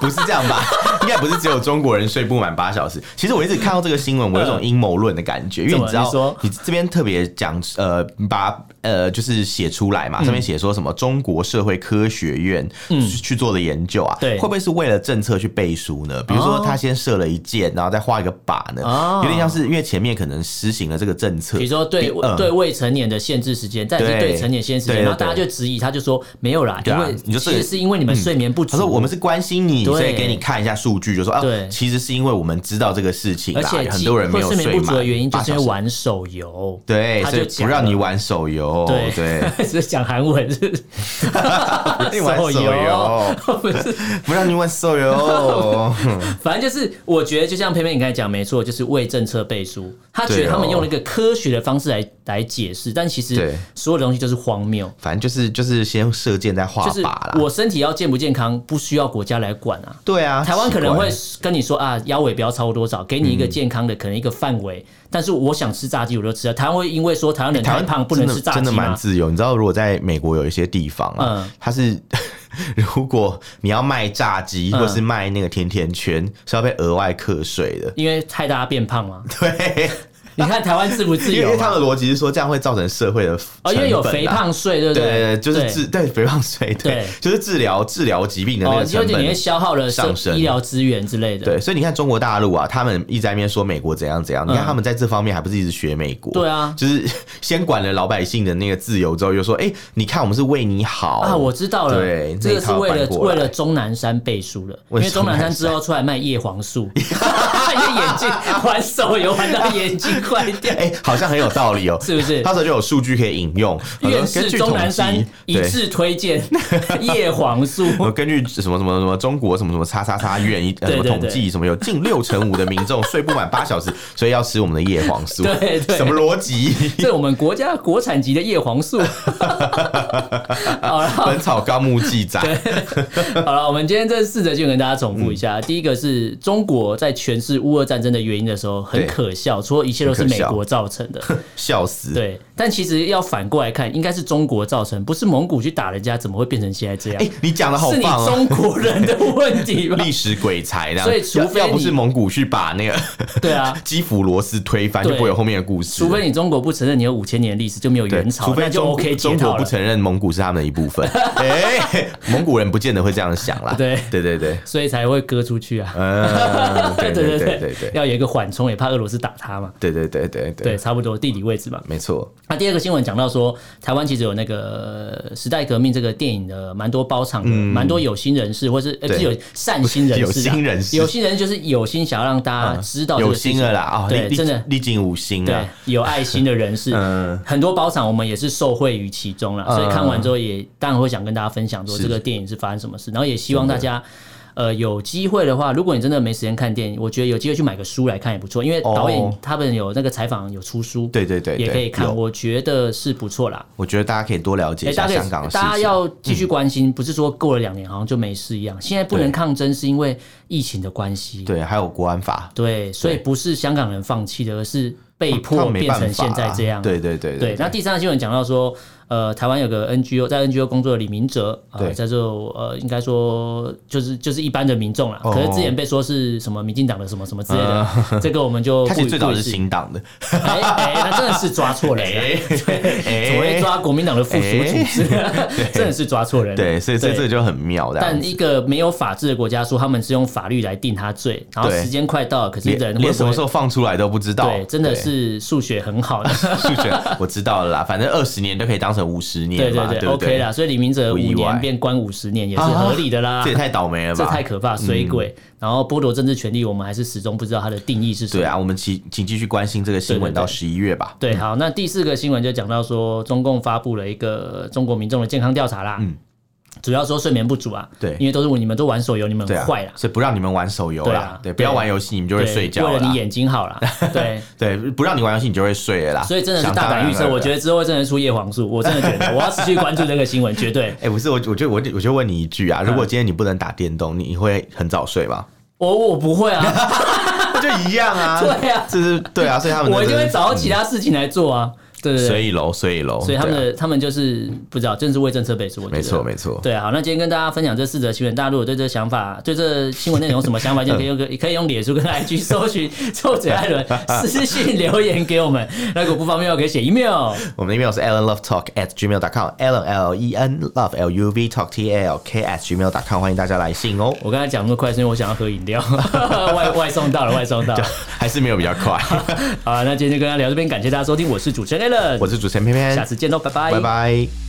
Speaker 2: 不是这样吧？ 应该不是只有中国人睡不满八小时。其实我一直看到这个新闻，我有一种阴谋论的感觉，因为
Speaker 1: 怎么
Speaker 2: 你知道，
Speaker 1: 你说
Speaker 2: 你这边特别讲呃，把呃就是写出来
Speaker 1: 嗯
Speaker 2: 嘛，上面写说什么中国社会科学院去去做的研究啊，
Speaker 1: 对
Speaker 2: 会不会是为了政策去背书呢？比如说
Speaker 1: 哦
Speaker 2: 他先设了一箭，然后再画一个靶呢，
Speaker 1: 哦
Speaker 2: 有点像是因为前面可能施行了这个政策
Speaker 1: 比如，说对
Speaker 2: 嗯
Speaker 1: 对未成年的限制时间，再来是
Speaker 2: 对
Speaker 1: 对成年限制时
Speaker 2: 对
Speaker 1: 间，
Speaker 2: 对
Speaker 1: 然后大家就质疑，他就说没有啦，
Speaker 2: 对
Speaker 1: 因
Speaker 2: 啊
Speaker 1: 为
Speaker 2: 你就
Speaker 1: 其
Speaker 2: 是嗯
Speaker 1: 实是因为你们睡眠不足。
Speaker 2: 他说我们是关心你，
Speaker 1: 对
Speaker 2: 所以给你看一下数据，就说啊
Speaker 1: 对，
Speaker 2: 其实是因为我眠不足的原因我们知道这个事情
Speaker 1: 而
Speaker 2: 啦，
Speaker 1: 且
Speaker 2: 很多人没有
Speaker 1: 会睡
Speaker 2: 睡
Speaker 1: 眠不
Speaker 2: 满
Speaker 1: 足的原因就
Speaker 2: 八
Speaker 1: 是因
Speaker 2: 小
Speaker 1: 为
Speaker 2: 时
Speaker 1: 玩手游，
Speaker 2: 对，
Speaker 1: 他
Speaker 2: 所
Speaker 1: 就
Speaker 2: 以不让你玩手游，
Speaker 1: 对
Speaker 2: 对，
Speaker 1: 是讲韩文是不是？
Speaker 2: 不让 你玩手游，
Speaker 1: 不是，
Speaker 2: 不让你玩手游，
Speaker 1: 反正就是，我觉得就像佩佩你刚才讲，没错，就是为政策背书。他觉
Speaker 2: 对
Speaker 1: 得
Speaker 2: 哦
Speaker 1: 他们用了一个科学的方式来来解释，但其实
Speaker 2: 对
Speaker 1: 所有东西都是荒谬。
Speaker 2: 反正就是就是先射箭再画
Speaker 1: 就是
Speaker 2: 靶啦。
Speaker 1: 我身体要健不健康，不需要国家来管啊。
Speaker 2: 对啊，
Speaker 1: 台湾可能
Speaker 2: 奇怪嗯
Speaker 1: 会跟你说啊，腰围不要超过多少，给你一个健康的可能一个范围。但是我想吃炸鸡，我就吃啊。台湾会因为说台湾人
Speaker 2: 台
Speaker 1: 太
Speaker 2: 湾
Speaker 1: 胖不能
Speaker 2: 真的
Speaker 1: 吃炸
Speaker 2: 真
Speaker 1: 鸡
Speaker 2: 的蛮
Speaker 1: 吗？
Speaker 2: 自由。你知道，如果在美国有一些地方啊，
Speaker 1: 嗯
Speaker 2: 它是 如果你要卖炸鸡
Speaker 1: 嗯
Speaker 2: 或是卖那个甜甜圈，是要被额外课税的。
Speaker 1: 因为害大家变胖嘛。
Speaker 2: 对，
Speaker 1: 你看台湾自不自
Speaker 2: 因为
Speaker 1: 由
Speaker 2: 他
Speaker 1: 嘛？
Speaker 2: 们的逻辑是说这样会造成社会的
Speaker 1: 哦，因为有
Speaker 2: 成本啊
Speaker 1: 肥。胖税，对不
Speaker 2: 对对，对
Speaker 1: 对，
Speaker 2: 就是
Speaker 1: 对
Speaker 2: 治对肥胖税，对
Speaker 1: 对，
Speaker 2: 就是治疗治疗疾病的那
Speaker 1: 哦，
Speaker 2: 个
Speaker 1: 就是
Speaker 2: 成
Speaker 1: 你会
Speaker 2: 本。
Speaker 1: 消耗了
Speaker 2: 上升
Speaker 1: 医疗资源之类的。
Speaker 2: 对，所以你看中国大陆啊，他们一直在那边说美国怎样怎样，你看他们在这方面还不是一直学美国？
Speaker 1: 嗯对啊
Speaker 2: 就是 先管了老百姓的那个自由之后，又说，哎，你看我们是为你好
Speaker 1: 啊，我知道了，
Speaker 2: 对
Speaker 1: 这个是为
Speaker 2: 那一套
Speaker 1: 了
Speaker 2: 搬过来
Speaker 1: 为了钟南山背书的，因
Speaker 2: 为
Speaker 1: 为钟南山之后出来卖叶黄素， 因为眼睛玩手游玩到眼睛坏掉，
Speaker 2: 哎、好像很有道理哦、
Speaker 1: 是不是
Speaker 2: 他？时候就有数据可以引用，
Speaker 1: 院士钟南山一
Speaker 2: 对。
Speaker 1: 致推 荐叶黄素，
Speaker 2: 呃根据什么什么什么中国什么什么叉叉叉院 一呃什
Speaker 1: 对
Speaker 2: 么
Speaker 1: 对
Speaker 2: 统
Speaker 1: 对
Speaker 2: 计什么有近六成五的民众睡不满 八小时，所以要吃我们的叶黄素。
Speaker 1: 对对
Speaker 2: 什么逻辑？
Speaker 1: 这我们国家国产级的叶黄素。好了，
Speaker 2: 《本草纲目》记载，
Speaker 1: 好了，我们今天这四则就跟大家重复一
Speaker 2: 嗯
Speaker 1: 下。第一个是中国在诠释乌俄战争的原因的时候很
Speaker 2: 对
Speaker 1: 可笑，说一切都是
Speaker 2: 很可
Speaker 1: 美
Speaker 2: 笑
Speaker 1: 国造成 的。
Speaker 2: 笑死。
Speaker 1: 对，但其实要反过来看，应该是中国造成，不是蒙古去打人家，怎么会变成现在这样？
Speaker 2: 哎、你讲的好
Speaker 1: 是你
Speaker 2: 棒哦、
Speaker 1: 中国人的问题吧
Speaker 2: ？历史鬼才的。
Speaker 1: 所以除
Speaker 2: 要
Speaker 1: 非
Speaker 2: 要不是
Speaker 1: 你
Speaker 2: 蒙古去把那个
Speaker 1: 对啊。
Speaker 2: 基辅罗斯推翻，就
Speaker 1: 对
Speaker 2: 不会有后面的故事了。
Speaker 1: 除非你中国不承认你有五千年历史，就没有
Speaker 2: 对，
Speaker 1: 元朝，
Speaker 2: 除非
Speaker 1: 那就
Speaker 2: 中
Speaker 1: OK 解
Speaker 2: 中
Speaker 1: 套
Speaker 2: 国不
Speaker 1: 了。
Speaker 2: 承认蒙古是他们的一部 分，哎、蒙古人不见得会这样想啦。
Speaker 1: 对
Speaker 2: 对 对对，
Speaker 1: 所以才会割出去啊！
Speaker 2: 嗯，对对
Speaker 1: 对
Speaker 2: 对对
Speaker 1: 对
Speaker 2: 对对
Speaker 1: 要有一个缓冲，也怕俄罗斯打他嘛。
Speaker 2: 对对对对
Speaker 1: 对，，差不多地理位置嘛。
Speaker 2: 没错，
Speaker 1: 那第二个新闻讲到说，台湾其实有那个呃时代革命这个电影的蛮多包场的，蛮、多有心人士，或是、呃、不
Speaker 2: 嗯对
Speaker 1: 是有善心人士啊，
Speaker 2: 有心人士
Speaker 1: 有心人就是有心想要让大家知道这
Speaker 2: 有
Speaker 1: 个事情、
Speaker 2: 心了啦啊，
Speaker 1: 对，
Speaker 2: 历
Speaker 1: 真的。
Speaker 2: 历尽五星
Speaker 1: 对
Speaker 2: 啊，，
Speaker 1: 有爱心的人士，
Speaker 2: 嗯
Speaker 1: 很多包场我们也是受惠于其中了，所以看完之后也当然会想跟大家分享说
Speaker 2: 是
Speaker 1: 这个电影是发生什么事，然后也希望大家。呃，有机会的话，如果你真的没时间看电影，我觉得有机会去买个书来看也不错，因为导演
Speaker 2: 哦
Speaker 1: 他们有那个采访有出书，
Speaker 2: 对对对对
Speaker 1: 也可以看，
Speaker 2: 有
Speaker 1: 我觉得是不错啦。
Speaker 2: 我觉得大家可以多了解
Speaker 1: 哎，
Speaker 2: 一下
Speaker 1: 大家
Speaker 2: 香
Speaker 1: 可
Speaker 2: 港的
Speaker 1: 以，
Speaker 2: 事情。嗯
Speaker 1: 大家要继续关心，不是说过了两年好像就没事一样。现在不能
Speaker 2: 对
Speaker 1: 抗争是因为疫情的关系，
Speaker 2: 对，还有国安法，
Speaker 1: 对，所以不是香港人放弃的，而是被
Speaker 2: 他
Speaker 1: 迫
Speaker 2: 们没
Speaker 1: 变
Speaker 2: 办
Speaker 1: 成
Speaker 2: 法
Speaker 1: 现
Speaker 2: 啦
Speaker 1: 在这样。
Speaker 2: 对对对
Speaker 1: 对，那第三个新闻讲到说，呃，台湾有个 NGO 在 NGO 工作的李明哲，呃，
Speaker 2: 对
Speaker 1: 在做呃，应该说就是就是一般的民众啦，
Speaker 2: 哦嗯
Speaker 1: 可是之前被说是什么民进党的什么什么之类的，这个我们就
Speaker 2: 他
Speaker 1: 不
Speaker 2: 其
Speaker 1: 予
Speaker 2: 实最早
Speaker 1: 不予
Speaker 2: 是
Speaker 1: 置
Speaker 2: 新党的，
Speaker 1: 评哎哎，那真的是抓错人了。怎
Speaker 2: 哎
Speaker 1: 么会
Speaker 2: 哎，
Speaker 1: 抓国民党的附属组织？真的是抓错人了。
Speaker 2: 对，所以所以这个就很妙的，
Speaker 1: 但一个没有法治的国家说他们是用法律来定他罪，然后
Speaker 2: 对
Speaker 1: 时间快到了，可是人
Speaker 2: 连
Speaker 1: 会不会
Speaker 2: 连什么时候放出来都不知道，
Speaker 1: 对，真的是数学很好 的。
Speaker 2: 对 数学，我知道了啦，反正二十年都可以当成五十
Speaker 1: 对
Speaker 2: 年
Speaker 1: 对
Speaker 2: 嘛，
Speaker 1: 对
Speaker 2: 不
Speaker 1: o k 啦。所以李明哲五
Speaker 2: 不意外啊
Speaker 1: 年变关五十年也是合理的啦。
Speaker 2: 这也太倒霉了吧！
Speaker 1: 啊
Speaker 2: 嗯
Speaker 1: 这太可怕，水鬼。然后剥夺政治权利，我们还是始终不知道它的定义是什么。
Speaker 2: 对啊，我们请请继续关心这个新
Speaker 1: 对对
Speaker 2: 闻
Speaker 1: 对
Speaker 2: 到十一月吧。
Speaker 1: 对，好，那第四个新闻就讲到说，中共发布了一个中国民众的健康调查啦，主要说睡眠不足啊，
Speaker 2: 嗯对
Speaker 1: 因为都是你们都玩手游，你们
Speaker 2: 对
Speaker 1: 很
Speaker 2: 啊
Speaker 1: 坏啦，，
Speaker 2: 所以不让你们玩手游
Speaker 1: 对
Speaker 2: 啦
Speaker 1: 啊，
Speaker 2: 对，
Speaker 1: 对
Speaker 2: 不要玩游戏，你们就
Speaker 1: 对
Speaker 2: 会睡觉
Speaker 1: 为了
Speaker 2: 啦
Speaker 1: 你。眼睛好 啦，对。
Speaker 2: 对，不让你玩游戏，你就会睡了啦。
Speaker 1: 所以真的是
Speaker 2: 想
Speaker 1: 大
Speaker 2: 当然
Speaker 1: 胆预测，
Speaker 2: 了
Speaker 1: 我觉。得之后会真的出叶黄素，我真的觉 得我要持续关注这个新闻，绝对。
Speaker 2: 哎，不是我，我就我我就问你一句
Speaker 1: 嗯
Speaker 2: 啊，如果今天你不能打电动，你你会很早 睡吗？
Speaker 1: 我我不会啊，
Speaker 2: 就一样啊，
Speaker 1: 对啊
Speaker 2: 这是对啊，所以他们
Speaker 1: 我一定
Speaker 2: 真的
Speaker 1: 会
Speaker 2: 是嗯
Speaker 1: 找到其他事情来做啊。对对
Speaker 2: 所
Speaker 1: 对，
Speaker 2: 以喽，所以喽，
Speaker 1: 所以他们
Speaker 2: 对
Speaker 1: 的、
Speaker 2: 啊
Speaker 1: 他们就是不知道，真的是为政策背书，我觉得
Speaker 2: 没错没错，
Speaker 1: 对啊，好，那今天跟大家分享这四则新闻，大家如果对这想法、对这新闻内容有什么想法，就可以用 个可以用脸书跟 IG 搜寻 “臭嘴艾伦”，私信留言给我们。那如果不方便的话，可以写 email。
Speaker 2: 我们的 email 是 allenlovetalk at gmail com allen l e n love l u v talk t a l k at gmail com，欢迎大家来信哦。
Speaker 1: 我刚才讲那么快，是因为我想要喝饮料， 外外送到了，外送到 了。
Speaker 2: 还是没有比较快。
Speaker 1: 好，那今天就跟大家聊这边，感谢大家收听，我是主持人 a l l n
Speaker 2: 我是主持人偏偏，
Speaker 1: 下次见喽，拜拜，
Speaker 2: 拜拜。